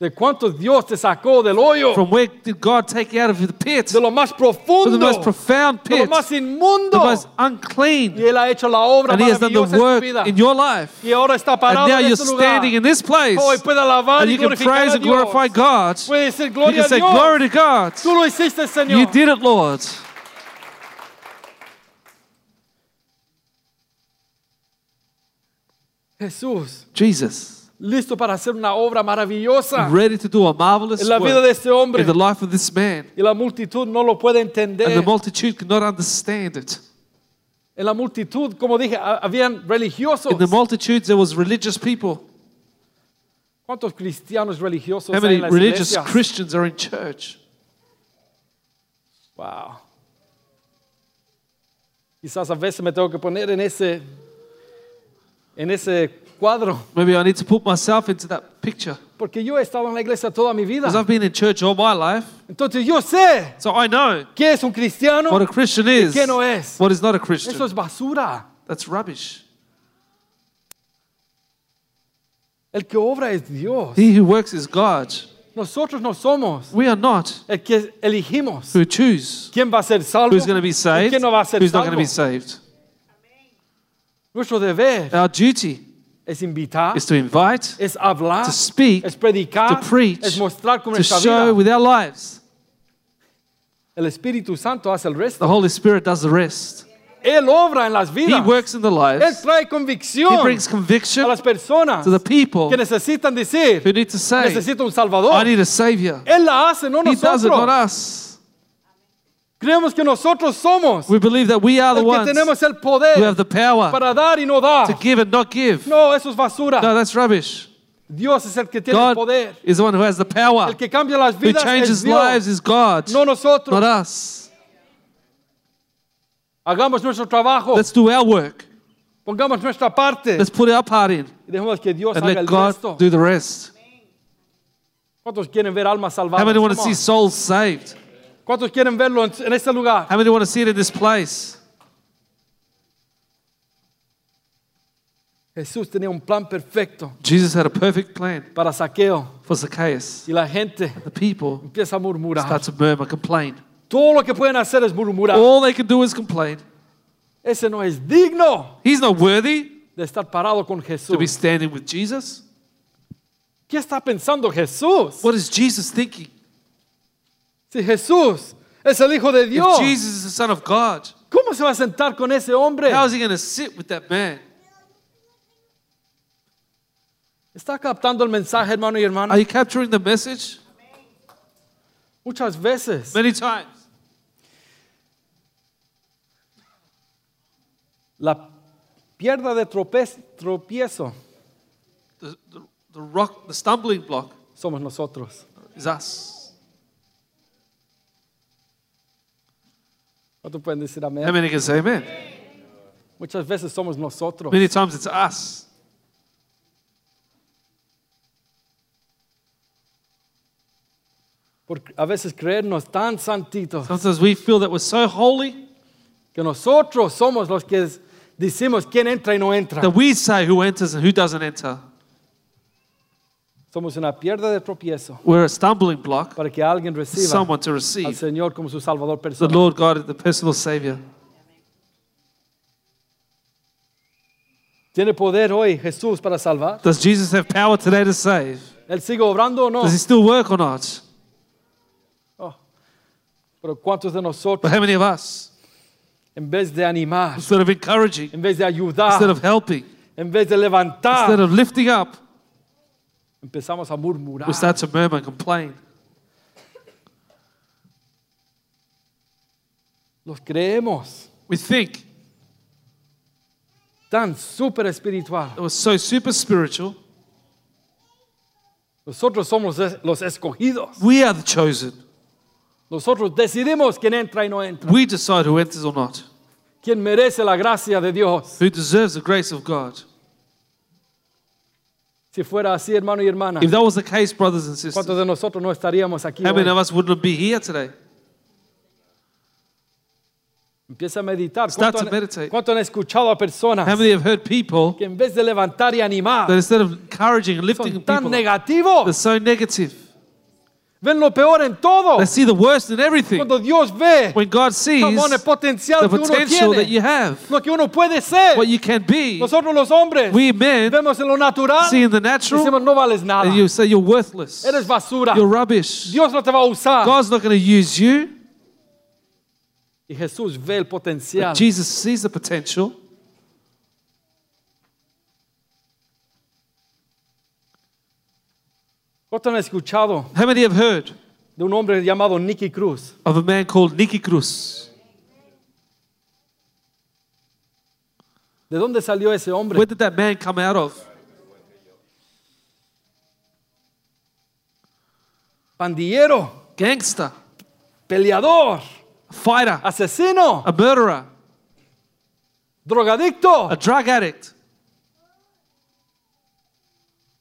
¿De cuántos Dios te sacó del hoyo? From where did God take you out of the pit? De From lo más the profundo. most profound De lo pit, más the inmundo. most unclean. Y Él ha hecho la obra And He has done the maravillosa en tu work vida. in your life. Y ahora está And parado now en you're este lugar. standing in this place. Hoy puede alabar And y you can glorificar praise a and glorify Dios. God. You Puede decir gloria can a say, Dios. Glory to God. Tú lo hiciste, Señor. You did it, Lord. Jesús, Jesus, listo para hacer una obra maravillosa ready to do a marvelous Ah. en la vida de work este hombre. in the life of this man. Y la multitud no lo puede And the entender. multitude could not understand it. En la multitud, como dije, ha- habían religiosos. In the multitudes, there was religious people. ¿Cuántos cristianos religiosos How hay many en las religious iglesias? Christians are in church? Wow. Quizás a veces me tengo que poner en ese, en ese cuadro, Maybe I need to put myself into that picture. porque yo he estado en la iglesia toda mi vida. Because I've been in church all my life, Entonces yo sé so I know qué es un cristiano, what a Christian is, qué no es. what is not a Eso Christian. es basura. That's rubbish. El que obra es Dios. He who works is God. Nosotros no somos We are not el que elegimos. who choose ¿Quién va a ser salvo? who's going to be ¿Y saved, ¿Quién no va a ser who's not going to salvo? be saved. Nuestro deber Our duty es invitar, is to invite, es hablar, to speak, es predicar, to preach, es mostrar con to nuestra show vida. with our lives. El Espíritu Santo hace el resto. The Holy Spirit does the rest. Él obra en las He vidas. works in the Él lives. trae He convicción brings a conviction las personas to the people que necesitan decir, who need to say, necesito un I Salvador. need a Savior. Él la hace, no He does it, not nosotros. us. Creemos que nosotros somos We believe that we are the el que ones who tenemos el poder have the power para dar y no dar. to give and not give. No, eso es basura. No, that's rubbish. Dios es el que tiene el God poder. is the one who has the power. El que cambia las Who vidas es changes Dios, lives is God, no not nosotros. us. Hagamos nuestro trabajo, Let's do our work. pongamos nuestra parte Let's put our part in y dejemos que Dios and haga let el God resto. do the rest. ¿Cuántos quieren ver almas How salvadas? many want to Come see on. souls saved? ¿Cuántos quieren verlo en, en este lugar? How many want to see it in this place? Jesús tenía un plan perfecto Jesus had a perfect plan para saqueo for Zacchaeus. y la gente The people empieza a murmurar. start to murmur, complain. Todo lo que pueden hacer es murmurar. All they can do is complain. Ese no es digno He's not worthy de estar parado con to be Jesús. standing with Jesus. ¿Qué está pensando Jesús? What is Jesus thinking? Si Jesús es el Hijo de If Dios, Jesus is the Son of God, ¿cómo se va a sentar con ese hombre? how is he going to sit with that man? ¿Está captando el mensaje, hermano y hermana? Are you capturing the message? Muchas veces Many times. la pierna de tropez- tropiezo The, the, the rock, the stumbling block somos nosotros. is us. ¿Cuántos pueden decir amén? How many can say amen? Muchas veces somos nosotros. Many times it's us. Por a veces creernos tan santitos Sometimes we feel that we're so holy que nosotros somos los que es- decimos quién entra y no entra. that we say who enters and who doesn't enter. Somos una pierna de tropiezo We're a stumbling block para que alguien for reciba someone to al receive Señor como su Salvador the personal. Lord God, the personal Savior. ¿Tiene poder hoy Jesús para salvar? Does Jesus have power today to save? ¿Él sigue obrando o no? Does he still work or not? Oh, Pero ¿cuántos de But nosotros, how many of us, en vez de animar, instead of encouraging, en vez de ayudar, instead of helping, en vez de instead levantar, of lifting up, empezamos a murmurar? we start to murmur and complain? Los creemos We think tan súper espiritual. that we're so super spiritual. Nosotros somos es- los escogidos. We are the chosen. Nosotros decidimos quién entra y no entra. We decide who enters or not, Quién merece la gracia de Dios. who deserves the grace of God. Si fuera así, hermano y hermana, If that was the case, brothers and sisters, ¿cuántos de nosotros no estaríamos aquí? How hoy? many of us wouldn't be here today? Empieza a meditar. Start to ¿Cuánto han, meditate. cuánto han escuchado a How personas many have heard people que en vez de levantar y animar, that instead of encouraging and lifting son people, tan up, they're negativos? so negative? Ven lo peor en todo. They see the worst in everything. Cuando Dios ve When God sees come on, el the potencial que uno potential that you tiene, have, lo que uno puede ser, what you can be, nosotros los hombres we men vemos en lo natural, see in the decimos natural, no vales nada, and you say you're worthless, eres basura, you're rubbish. Dios no te va a usar. God's not going to use you. Y Jesús ve el But potencial. Jesus sees the potential. ¿Cuántos han escuchado How many have heard de un hombre llamado Nicky Cruz? of a man called Nicky Cruz? ¿De dónde salió ese hombre? Where did that man come out of? Pandillero, Gangster, peleador, a fighter, asesino, a murderer, drogadicto. a drug addict.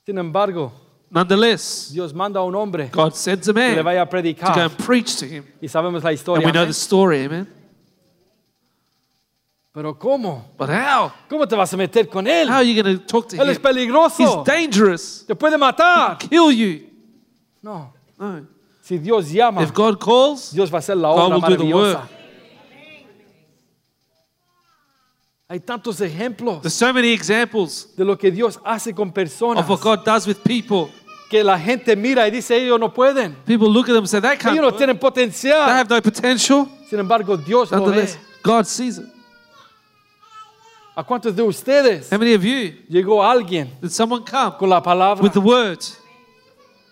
Sin embargo, Nonetheless, Dios manda a un hombre God sends a que le man to vaya a go predicar. and preach to him. Y sabemos la And historia. we know the story, amen. Pero ¿cómo? But how? ¿Cómo te vas a meter con él? How are you going to talk to Él es him? Ah, He's peligroso. dangerous. Te puede matar. Kill you. Ah. No. No. Si Dios llama, If God calls, Dios va a hacer la God obra will do the maravillosa. work. Hay tantos ejemplos there's so many examples de lo que Dios hace con personas of what God does with people. que la gente mira y dice ellos no pueden. People look at them and say, that can't Ellos no work. They tienen potencial. have no potential. Sin embargo, Dios lo ve. Nonetheless, God sees it. ¿A cuántos de ustedes How many of you llegó alguien did someone come con la palabra? with the word?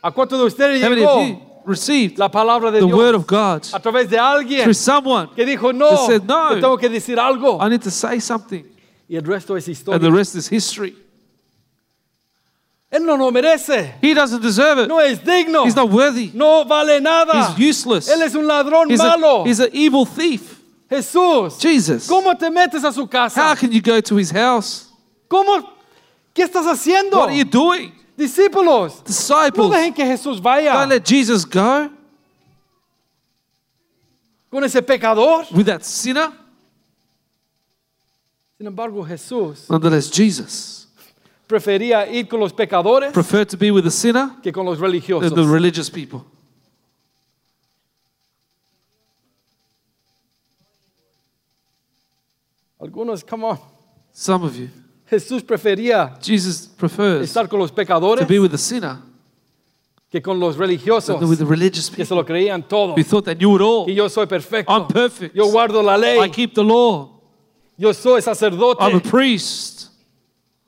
¿A cuántos de ustedes How many of you llegó received la palabra de the word Dios of God a través de alguien through someone? que dijo no, They said, "No." yo tengo que decir algo? I need to say something. Y el resto es And the historia. rest is history. Él no lo merece. He doesn't deserve it. No es digno. He's not worthy. No vale nada. He's useless. Él es un ladrón He's, malo. a, he's an evil thief. Jesús, Jesus. Ah, ¿cómo te metes a su How casa? can you go to his house? ¿Cómo? ¿Qué estás haciendo? What are you doing? Discípulos, no Disciples, dejen que Jesús vaya don't let Jesus go con ese pecador. with that sinner. Sin embargo, Jesús Nonetheless, Jesus prefería ir con los pecadores preferred to be with the sinner que con los than the religiosos. religious people. Algunos, come on. Some of you. Jesús prefería Jesus prefers estar con los to pecadores be with the sinner que con los than with religiosos the religious que people se lo creían todo. who thought they knew it all. Y yo soy perfecto. I'm perfect. Yo guardo la I ley. keep the law. Yo soy I'm a sacerdote. priest.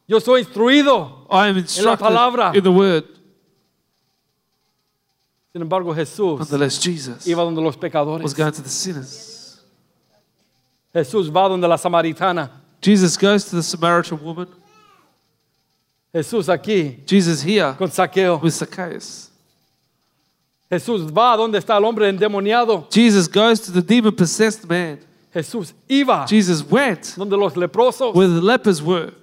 Yo soy instruido. I am instructed palabra. in the word. Sin embargo, Jesús Nonetheless, Jesus iba donde los was pecadores. going to the sinners. Jesús va donde la samaritana. Jesus goes to the Samaritan woman. Jesús aquí Jesus here con saqueo. with Zacchaeus. Jesús va donde está el hombre endemoniado. Jesus goes to the demon possessed man. Jesús iba Jesus went donde los leprosos, where the lepers were,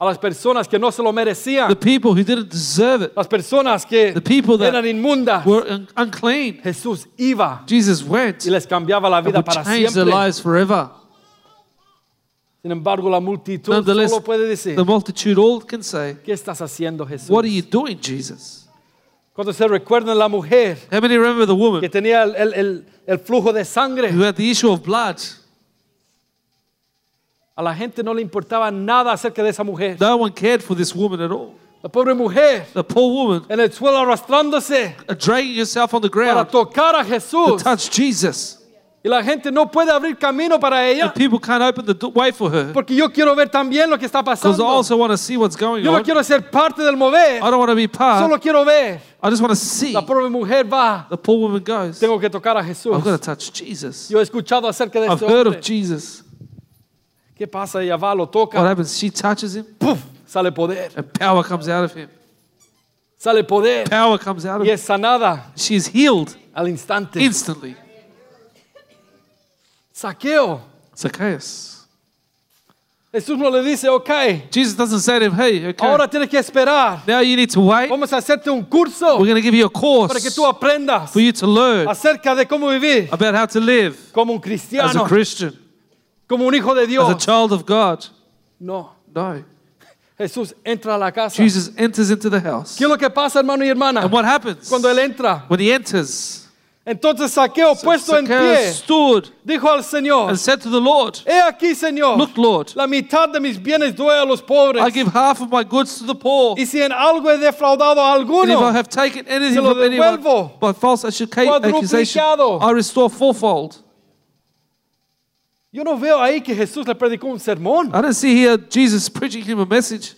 a las personas que no se lo the merecían, people who didn't deserve it, las personas que the people eran that inmundas. were un- unclean. Jesús iba Jesus went y les cambiaba la and vida would para change their siempre. lives forever. Sin embargo, la multitud Nonetheless, solo puede decir, The multitude all can say, ¿qué estás haciendo Jesús? What are you doing, Jesus? Cuando se recuerda la mujer How many remember the que woman tenía el, el- el- el flujo de sangre, who had the issue of blood? a la gente no le importaba nada acerca de esa mujer. No one cared for this woman at all. La pobre mujer The poor woman en el suelo arrastrándose uh, dragging herself on the para ground tocar a to Jesús. touch Jesus. Y la gente no puede abrir camino para ella And people can't open the do- way for her porque yo quiero ver también lo que está because I pasando. also want to see what's going Yo no on. quiero ser parte del mover, I don't want to be part. solo quiero ver. I just want to see. La pobre mujer va, The poor woman goes, tengo que tocar a Jesús. I've got to touch Jesus. Yo he escuchado acerca de I've este heard hombre. of Jesus. ¿Qué pasa? Ella va, lo What toca, happens? She touches him, ¡puf! sale poder, and power comes out of him. sale poder Power comes out of y him. es sanada She is healed al instante. instantly. Saqueo. Zacchaeus. Jesús no le dice, ok, Jesus doesn't say to him, Hey, okay, ahora tienes que esperar. now you need to wait. We're Vamos a hacerte un curso going to give you a para que course tú aprendas for you to learn acerca de cómo vivir about how to live como un as a cristiano, Christian, como un hijo de as a Dios. child of God. No, No. Jesús entra a la casa. ¿Qué Jesus enters into the house. es lo que pasa, hermano y hermana? And what happens? Cuando él entra, When he enters, entonces Saqueo puesto en Zacchaeus pie stood dijo al Señor, and said to the Lord, he aquí, Señor, Look, Lord, la mitad de mis bienes doy a los I pobres. give half of my goods to the poor. Y si en algo he defraudado a And if I alguno, have taken anything se lo from anyone devuelvo. by false accusa- accusation, Cuadruplicado. I restore fourfold. yo no veo ahí que Jesús le predicó un sermón. I don't see here Jesus preaching him a message.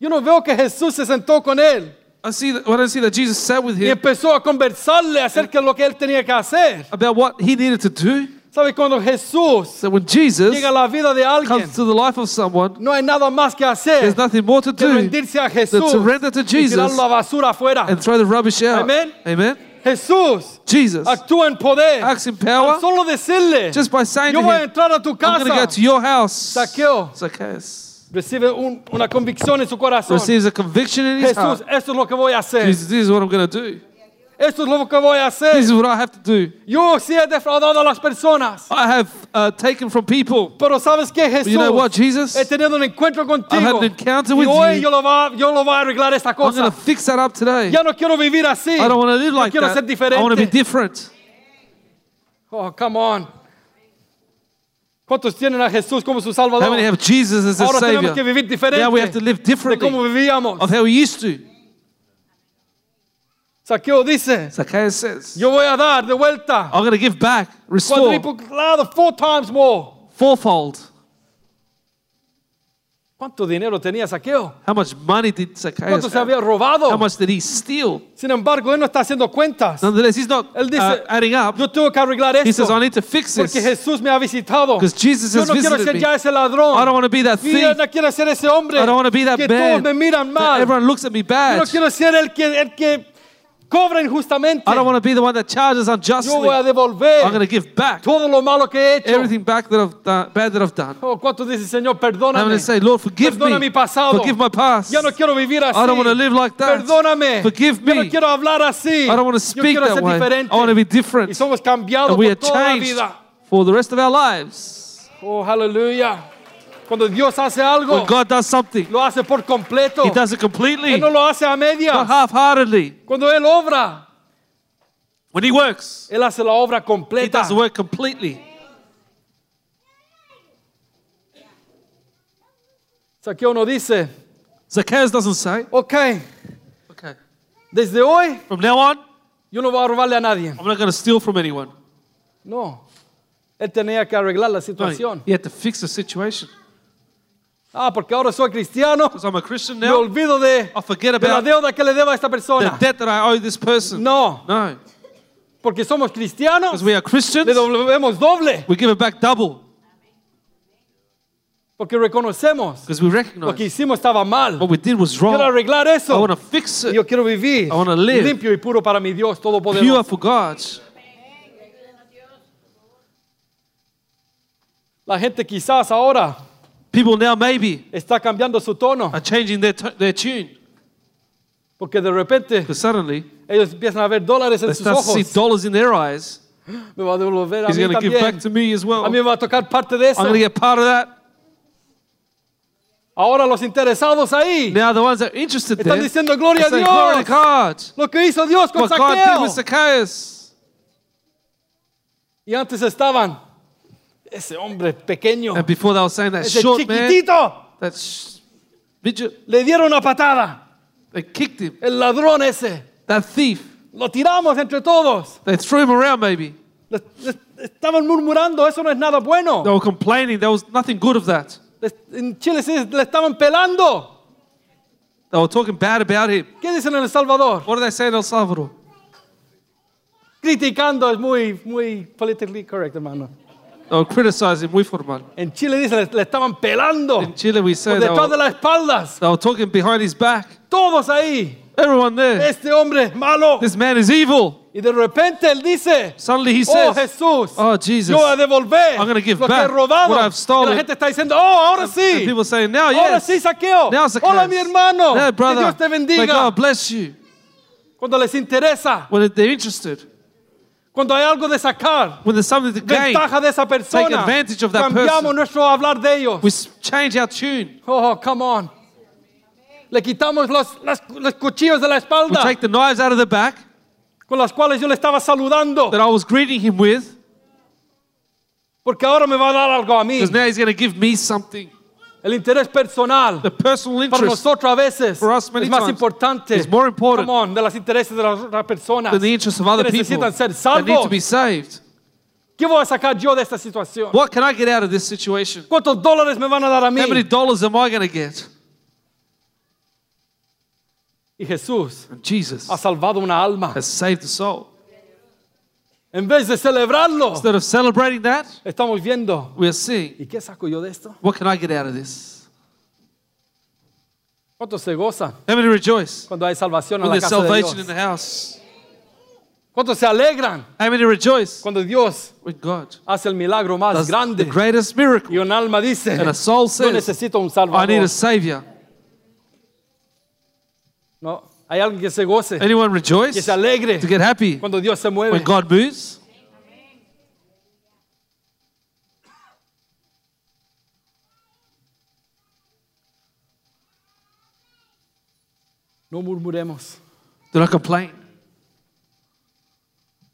Yo no veo que Jesús se sentó con él I see that, I don't see that Jesus sat with y him empezó a conversarle acerca de lo que él tenía que hacer. about what he needed to do. ¿Sabe? Cuando Jesús So when Jesus llega a la vida de alguien, comes to the life of someone, no hay nada más que hacer there's nothing more to que do rendirse a Jesús surrender to y tirar Jesus la basura afuera. and throw the rubbish out. Amen. Amen. Jesús Jesus actúa en poder. acts in Al power. Solo decirle, Just by saying yo to voy a him, entrar a tu I'm going to casa. go to your house. Saqueo. Zacchaeus. recibe un- una convicción en su corazón. receives a conviction in his heart. Jesús, Eh. esto es lo que voy a hacer. Jesus, this is what I'm going to do. Esto es lo que voy a This hacer. is what I have to do. Yo sí he defraudado a las personas. I have uh, taken from people. Pero sabes qué, Jesús, you know what, Jesus? he tenido un encuentro contigo. an encounter y with hoy you. Yo, lo va, yo lo voy a arreglar esta I'm cosa. going to fix that up today. Ya no quiero vivir así. I don't want to live Yo like quiero that. ser diferente. I want to be different. Oh, come on. ¿Cuántos tienen a Jesús como su Salvador? How many have Jesus as their Ahora Savior? tenemos que vivir diferente Now we have to live de cómo differently vivíamos. of how we used to. Saqueo dice, Zacchaeus says, yo voy a dar de vuelta I'm going to give back, restore, cuadriplicado, four times more. fourfold. ¿Cuánto dinero tenía Saqueo? How much money did ¿Cuánto Zacchaeus se have? había robado? How much did he steal? Sin embargo, él no está haciendo cuentas. Nonetheless, he's not Él dice, uh, adding up. Yo tengo que arreglar He says, I esto need to fix porque this. Jesús me ha visitado. Because Jesus Yo has no quiero visited ser me. ya ese ladrón. I don't want to be that Y yo thief. no quiero ser ese hombre I don't want to be that que todos man. me miran that mal. everyone looks at me Yo no bad. quiero ser el que, el que cobra injustamente. I don't want to be the one that charges Yo voy a unjustly. I'm going devolver to give back todo lo malo que he hecho. everything back that I've done, bad that I've done. Oh, ¿Cuánto dice Señor? I'm going Perdóname. to say, Lord, forgive Perdona mi me. pasado. Forgive my past. Ya no quiero vivir así. don't wanna live like that. Perdóname. Forgive Yo no me. quiero hablar así. I don't want to Yo speak quiero that ser way. diferente. I want to be y different. somos cambiados And we por are toda la changed vida. for the rest of our lives. Oh, aleluya. Cuando Dios hace algo, When God does something, lo hace por completo. He does it Él completely, no not lo hace a medias. half heartedly. Cuando Él obra, When He works, Él hace la obra He completa. does the work completely. Saqueo no dice, Zacchaeus doesn't say, ok, okay, desde hoy from now on, yo no voy a robarle a nadie. I'm not going to steal from anyone. No. Él tenía que arreglar la No, situación. he had to fix the situation. Ah, porque ahora soy cristiano. Because I'm a Christian Me now, olvido de, I forget de la about deuda que le debo a esta the persona. debt that I owe this person. No, No, porque somos cristianos, because we are le Christians, devolvemos doble. we give it back double Porque reconocemos because we lo que recognize hicimos estaba mal. what we did was Quiero wrong. arreglar I eso. want to fix Y it. Yo quiero vivir I wanna live. limpio y puro para mi Dios Pure Todopoderoso. for God. La gente quizás ahora People now maybe está cambiando su tono are changing their, t- their tune porque de repente because suddenly ellos empiezan a ver dólares they en sus start to see ojos. dollars in their eyes. Me va a devolver a He's mí going to give back también. to me as well. A mí I'm me va a tocar parte de eso. going to get part of that. Ahora los interesados ahí Now the ones that are interested están there, they say, diciendo gloria a glory to Dios. God. Lo que hizo Dios con What God did with Saqueo. Zacchaeus. Y antes estaban ese hombre pequeño, And before they were saying that ese short man, chiquitito, that sh- midget, le dieron una patada. they kicked him. El ladrón ese. That thief, Lo tiramos entre todos. they threw him around maybe. Les- les- Estaban murmurando, eso no es nada bueno. They were complaining. There was nothing good of that. Les- En Chile sí le estaban pelando. They were talking bad about him. ¿Qué dicen en El Salvador? What do they say in El Salvador? Criticando es muy, muy politically correct, hermano. They were criticizing muy formal. En Chile dice, le, le estaban pelando. In Chile, we say Por they detrás de were, las espaldas. they were talking behind his back. Todos ahí. Everyone there. Este hombre es malo. This man is evil. Y de repente él dice, Suddenly he oh says, Jesús, Oh, Jesus. yo voy a devolver I'm gonna give lo que he back robado. what I've stolen. Y la gente está diciendo, oh, ahora And sí. people saying, Now, Ahora yes. sí, saqueo. Now, Zacchaeus. Hola, mi hermano. Now, brother. que Dios te May bendiga. God bless you. Cuando les interesa, When they're interested, cuando hay algo de sacar, when there's something to gain, ventaja de esa Take persona, advantage of that cambiamos person. nuestro hablar de ellos. we s- change our tune. Oh, come on. Le quitamos los, las- los cuchillos de la We espalda take the knives out of the back con las cuales yo le estaba saludando, that I was greeting him with, porque ahora me va a dar algo a mí. because now he's going to give me something. El interés personal. The personal Para interest nosotros a veces For us many es más times, importante it's more important. come on, de los intereses de las otras personas than the interest of other que people necesitan ser that need salvos. to be saved. ¿Qué voy a sacar yo de esta situación? What can I get out of this situation? ¿Cuántos dólares me van a dar a mí? How many dollars am I going to get? Y Jesús And Jesus ha salvado una alma. has saved the soul. En vez de celebrarlo, Instead of celebrating that, estamos viendo. we're seeing ¿Y qué saco yo de esto? what can I get out of this? ¿Cuántos se gozan How many rejoice cuando hay salvación en when la there's casa de salvation Dios? in the house? ¿Cuántos se alegran How many rejoice cuando Dios when God hace el milagro más does the grande? greatest miracle? Y un alma dice, And a soul no says, necesito un I need salvador. a savior. No, hay alguien que se goce, Anyone rejoice que se to alegre get happy cuando Dios se mueve. when God moves? No murmuremos. Do not complain.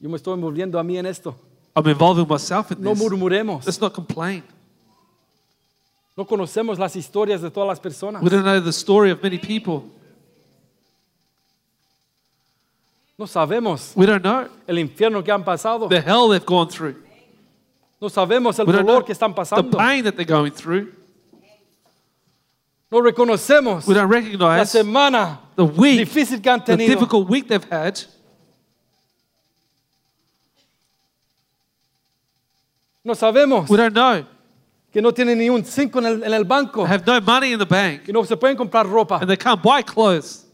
Yo me estoy envolviendo a mí en esto. I'm involving myself in No this. murmuremos. Let's not complain. No conocemos las historias de todas las personas. We don't know the story of many people. No sabemos We don't know el infierno que han pasado. the hell they've gone through. No sabemos el We don't know dolor que están the pasando. pain that they're going through. No reconocemos We don't la recognize the semana week, difícil que han the tenido. difficult week they've had. No sabemos We don't know. que no tienen ni un cinco en el, en el banco. They have no money in the bank Que no se pueden comprar ropa. and they can't buy clothes.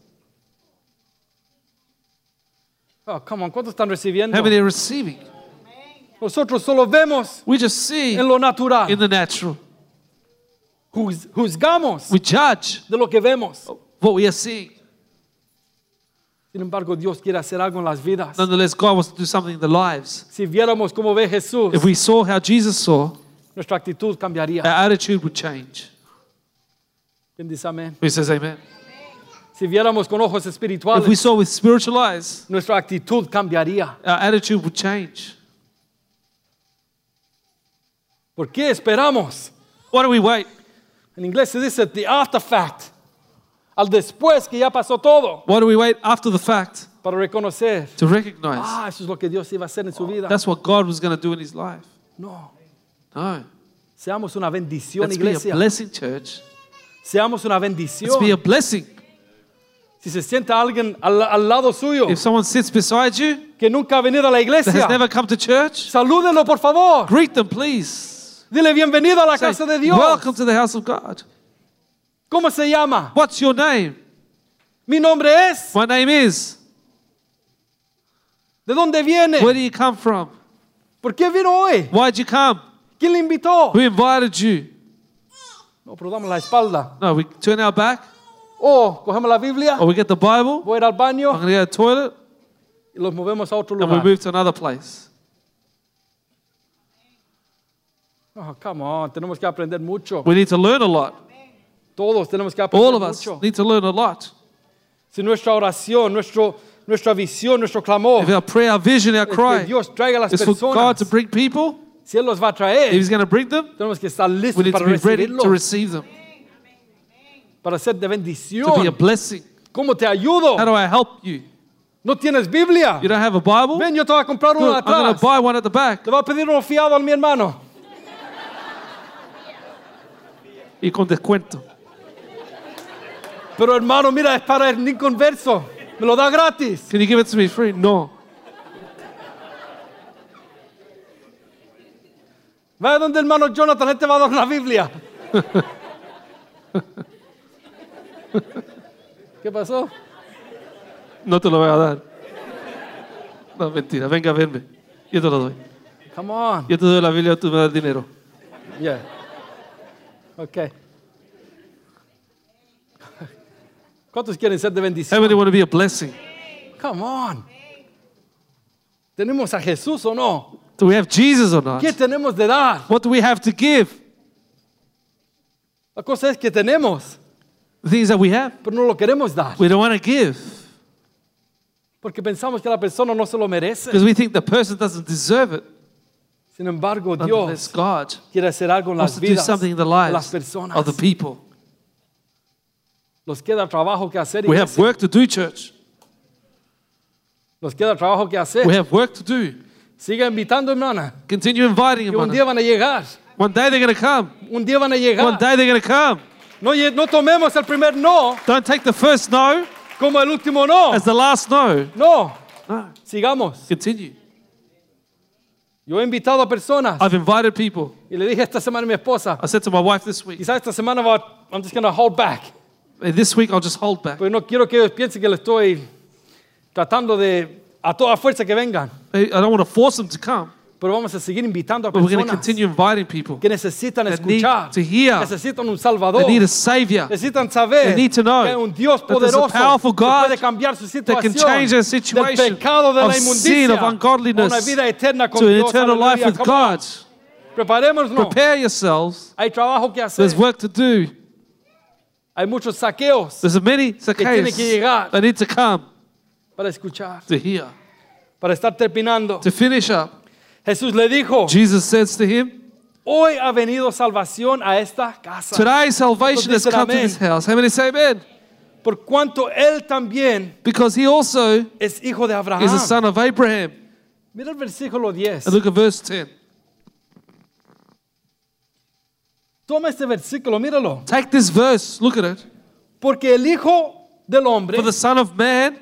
Oh, come on, ¿cuántos están recibiendo? How many are receiving? Nosotros solo vemos We just see en lo natural. in the natural. Juz- Juzgamos We judge de lo que vemos. what we are seeing. Sin embargo, Dios quiere hacer algo en las vidas. Nonetheless, God wants to do something in the lives. Si viéramos cómo ve Jesús, If we Ah. saw how Jesus saw, nuestra actitud cambiaría. our attitude would change. ¿Quién dice amén? Who says amen? Si viéramos con ojos If we espirituales, saw with spiritual eyes, nuestra actitud cambiaría. our attitude would change. ¿Por qué esperamos? Why do we wait? En inglés se dice the after fact, al después que ya pasó todo, Why do we wait after the fact para reconocer, to recognize ah, eso es lo que Dios iba a hacer en su vida. Oh, that's what God was going to do in his life? No, No. seamos una bendición, Let's be a iglesia. blessing, church. Seamos una Let's be a bendición. blessing. Si se sienta alguien al, al lado suyo If someone sits beside you que nunca ha venido a la that iglesia, has never come to church, salúdenlo por favor. greet them, please. Dile bienvenido a la Say, casa de Dios. Welcome to the house of God. ¿Cómo se llama? What's your name? Mi nombre es. My name is. ¿De dónde viene? Where do you come from? ¿Por qué vino hoy? Why'd you come? ¿Quién le invitó? Who invited you? No, pero damos la espalda. No, we turn our back O cogemos la Biblia, or we get the Bible. voy a ir al I'm baño going to go to the toilet y los movemos a otro and we lugar. move to another place. Oh, come on, tenemos que aprender mucho. We need to learn a lot. Todos tenemos que All of aprender us mucho. need to learn a lot. Si nuestra oración, nuestro, nuestra visión, nuestro clamor If our prayer, our vision, our es cry que Dios traiga a las is for God personas, to bring people, si Él los va a if traer, He's going to bring them, tenemos que estar we listos need to para be ready recibirlo, to receive them, para ser de to be a bendición. blessing. ¿Cómo te ayudo? How do I help you? ¿No tienes Biblia? You don't have a Bible? Ven, yo te voy a comprar Good, una I'm going to atrás. buy one at the back. Te voy a pedir uno fiado a mi hermano. Y con descuento. Pero hermano, mira, es para el inconverso. Me lo da gratis. Can you give it to me free? No. Vaya donde hermano Jonathan, él te va a dar una Biblia. ¿Qué pasó? No te lo voy a dar. No, mentira. Venga a verme. Yo te lo doy. Come on. Yo te doy la Biblia, tú me das dinero. Yeah. Okay. ¿Cuántos quieren ser de How bendición? many want to be a blessing? Come on. ¿Tenemos a Jesús o no? Do we have Jesus or not? ¿Qué tenemos de dar? What do we have to give? La cosa es que tenemos, The things that we have. pero no lo queremos dar. We don't want to give Porque pensamos que la persona no se lo merece. because we think the person doesn't deserve it. Sin embargo, Dios Nonetheless, God quiere hacer algo en wants las to do vidas something in the de las lives personas. of the people. Nos queda trabajo que hacer. We iglesia. have work to do, church. Nos queda trabajo que hacer. We have work to do. Siga invitando, hermana. Continue inviting Que them. un día van a llegar. One day they're going to come. Un día van a One llegar. day they're going to come. No, lle- no tomemos el primer no Don't take the first no como el último no. as the last no. No, No. sigamos. Continue. Yo he invitado a personas I've invited people. y le dije esta semana a mi esposa, I said to my wife this week, quizás esta semana va, I'm just gonna hold back, "Hey, this week I'll just hold back. porque no quiero que ellos piensen que le estoy tratando de a toda fuerza que vengan. Hey, I don't want to force them to come, Pero vamos a seguir invitando a but we're going to personas continue inviting people. que necesitan need escuchar, to hear. necesitan un They Salvador, need a savior necesitan saber They need to know que hay un Dios that there's a poderoso powerful que God puede cambiar su that can situación change their del situation pecado de of la sin, of inmundicia a ungodliness, una vida eterna con to an Dios. eternal life Aleluya. with Come on, God. Preparémonos. Prepare yourselves. Hay trabajo que hacer. There's work to do. Hay muchos saqueos There's many tiene Zacchaeus. que llegar. They need to come para escuchar, to hear. para estar terminando. To finish up, Jesús le dijo, Jesus says to him, hoy ha venido salvación a esta casa, Today salvation has Entonces, come to amén. this house. How many say amen? por cuanto él también Because he also es hijo de is a Abraham. son of Abraham. Mira el versículo 10. And look at verse 10. Toma este versículo, míralo. Take this verse, look at it. Porque el Hijo del Hombre For the Son of Man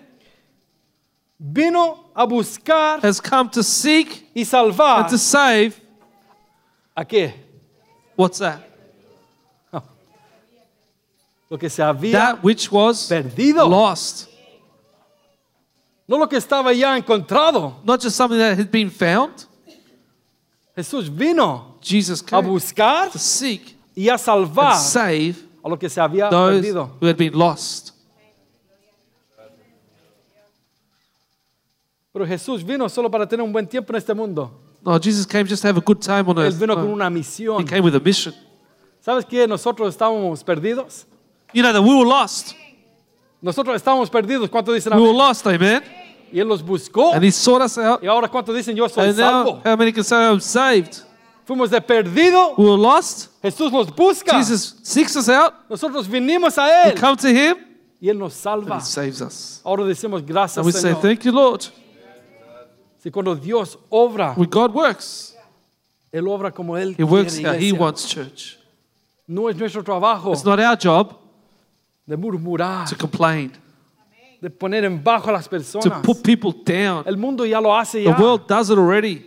vino a buscar has come to seek y salvar. and to save. ¿A qué? Ah. What's that? Lo que se había, That which was Perdido. lost. no lo que estaba ya encontrado. Not just something that had been found. Jesús vino Jesus a came buscar to seek y a and salvar save a lo que se había those Ah. perdido. who had been lost. Pero Jesús vino solo para tener un buen tiempo en este mundo. No, Jesus came just to have a good time on Él earth. vino con Pues, No, una he misión. came with a mission. ¿Sabes qué? Nosotros estábamos perdidos. You know that we were lost. Nosotros estábamos perdidos. ¿Cuánto dicen? We amén? were lost, amen. Y Él los buscó. And he sought us out. Y ahora, ¿cuánto dicen? Yo soy And now, salvo. how many can say I'm saved? Fuimos de perdido. We were lost. Jesús los busca. Jesus seeks us out. Nosotros vinimos a We Él come to him. y Él nos And salva. he saves us. Ahora decimos And gracias, we say, Señor. Thank you, Lord. Si cuando Dios obra, When God works, Él obra como Él he works how quiere, he iglesia. wants church. Oh. No es nuestro trabajo It's not our job de murmurar, to complain, de poner en bajo a las to personas. put people down. El mundo ya lo hace The ya. world does it already.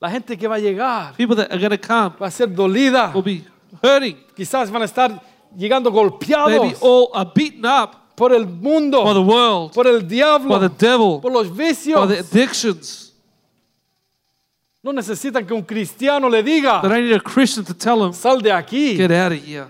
La gente que va a llegar People that are going to come va a ser dolida. will be hurting. Quizás van a estar llegando golpeados Maybe all are beaten up por el by the mundo, world, por el diablo, by the devil, por los vicios. by the addictions. No necesitan que un cristiano le diga, They don't need a Christian to tell them, sal de aquí. get out of here.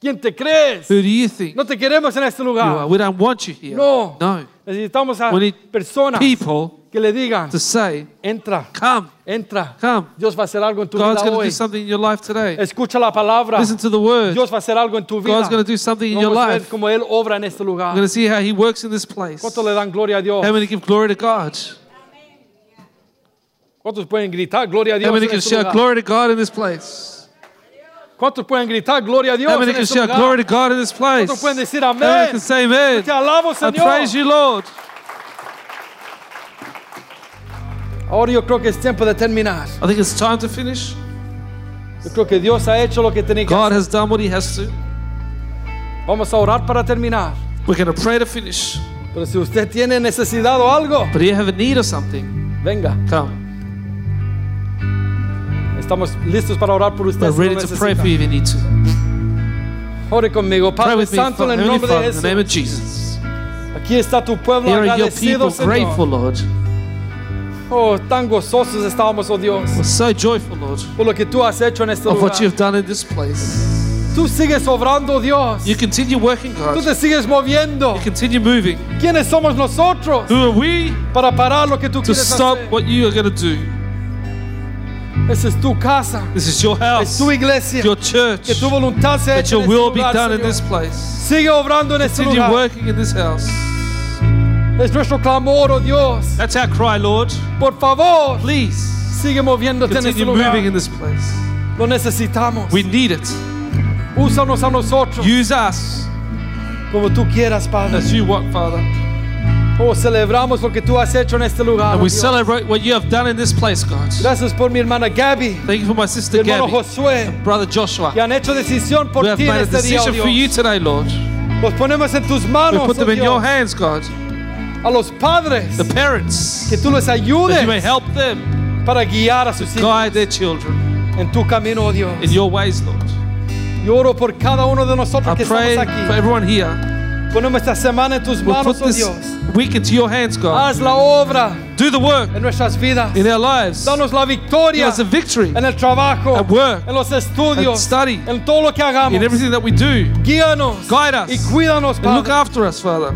¿Quién te crees? Who do you think you No te queremos en este are? lugar. We don't want you here. No. No. Necesitamos a We need personas People que le digan, to say, entra, come, entra. come. Dios va a hacer algo en tu God's vida going to do hoy. something in your life today. Escucha la palabra. Listen to the word. Dios va a hacer algo en tu vida. God's going to do something in your Vamos a ver life. cómo Él obra en este I'm lugar. going to see how he works in this place. ¿Cuántos le How dan gloria a Dios? many give glory to God? ¿Cuántos pueden gritar gloria a Dios How many en can este shout lugar? glory to God in this place? ¿Cuántos pueden gritar gloria a Dios How many en can este shout lugar? glory to God in this place? ¿Cuántos pueden decir How many amén? can say amen? Te alabo, I Señor. praise you, Lord. Ahora yo creo que es tiempo de terminar. I think it's time to finish. Yo creo que Dios ha hecho lo que tenía que God has done what he has to. hacer. Vamos a orar para terminar. We're going to pray to finish. Pero si usted tiene necesidad o algo, But if you have a need of something, venga. come. Estamos listos para orar por usted. We're si lo ready to pray necesita. for you if you need to. Ore conmigo, Pray Padre with me, Santo, Father, en el Heavenly nombre de Father, in the name Jesús. of Jesus. Aquí está tu pueblo Here are your people agradecido, Señor. grateful, Lord. Oh, tan gozosos estábamos, oh Dios, We're so joyful, Lord, por lo que tú has hecho en este of lugar. what you've done in this place. Tú sigues obrando, Dios. You continue working, Tú God. te sigues moviendo. Continue moving. ¿Quiénes somos nosotros Who are we para parar lo que tú to quieres stop hacer? what you are going to do? Esa es tu casa, This is your es house, tu iglesia. your church. Que tu voluntad sea That hecha en este your will be lugar, done in Señor. this place. Sigue obrando en este Continue lugar. working in this house. Es nuestro clamor, oh Dios. That's our cry, Lord. Por favor, Please sigue moviéndote en este continue lugar. moving in this place. Lo necesitamos. We need it. Úsanos a nosotros Use us como tú quieras, Padre. as you want, Father. Oh, celebramos lo que tú has hecho en este lugar. And we Dios. celebrate what you have done in this place, God. Gracias por mi hermana Gaby, Thank you for my sister mi hermano Gabby, Josué, brother que Joshua. han hecho decisión por We have ti en made a este día, oh decision for you Dios. today, Lord. Los ponemos en tus We manos, put oh them in your Dios. hands, God. a los padres, The parents, que tú les that you ayudes may help them para guiar a sus hijos guide their children en tu camino, oh Dios. in your ways, Lord. Yo oro por cada uno de nosotros I que pray estamos for aquí. everyone here Ponemos esta semana en tus We'll put manos, oh this Dios. week into your hands, God. Haz la obra Do the work en nuestras vidas. in our lives. Danos la Give victoria us a victory en el trabajo, At work. en los estudios, At study. en todo lo que hagamos. in everything that we do. Guíanos Guide us. y cuídanos, And look Padre. after us, Father.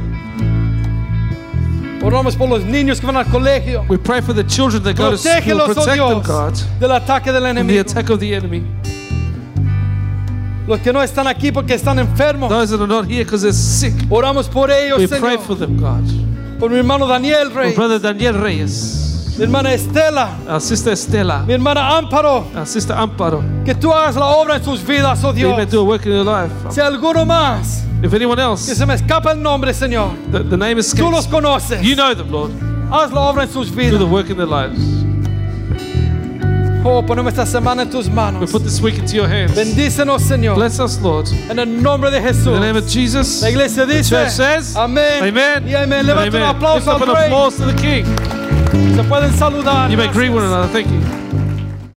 Oramos por los niños que van al colegio. We pray for the children that go to school. Protégelos, oh Protect them, God, Dios, del ataque del from the enemigo. attack of the enemy. Los que no están aquí porque están enfermos. Those that are not here because they're sick, Oramos por ellos, we pray Señor. for them, God. Por mi hermano Daniel Our Rey, brother Daniel Reyes, mi hermana Estela, our sister Estela, mi hermana Amparo. our sister Amparo. Que tú hagas la obra en sus vidas, oh That you may Dios. do a work in your life. Si alguno más If anyone que else, se me escapa el nombre, Señor, the, the name tú los escapes, conoces. you know them, Lord. Haz la obra en sus Do the vidas. work in their lives. Oh, ponemos esta semana en tus We manos. put this week into your hands. Bendícenos, Señor. Bless us, Lord. In En el nombre de Jesús. the name of Jesus. La iglesia The dice, church says, amén. Amen. Y amén. Levanta un Amen. aplauso Lift up al an rey. applause to the King. Se pueden saludar. You may greet Gracias. one another. Thank you.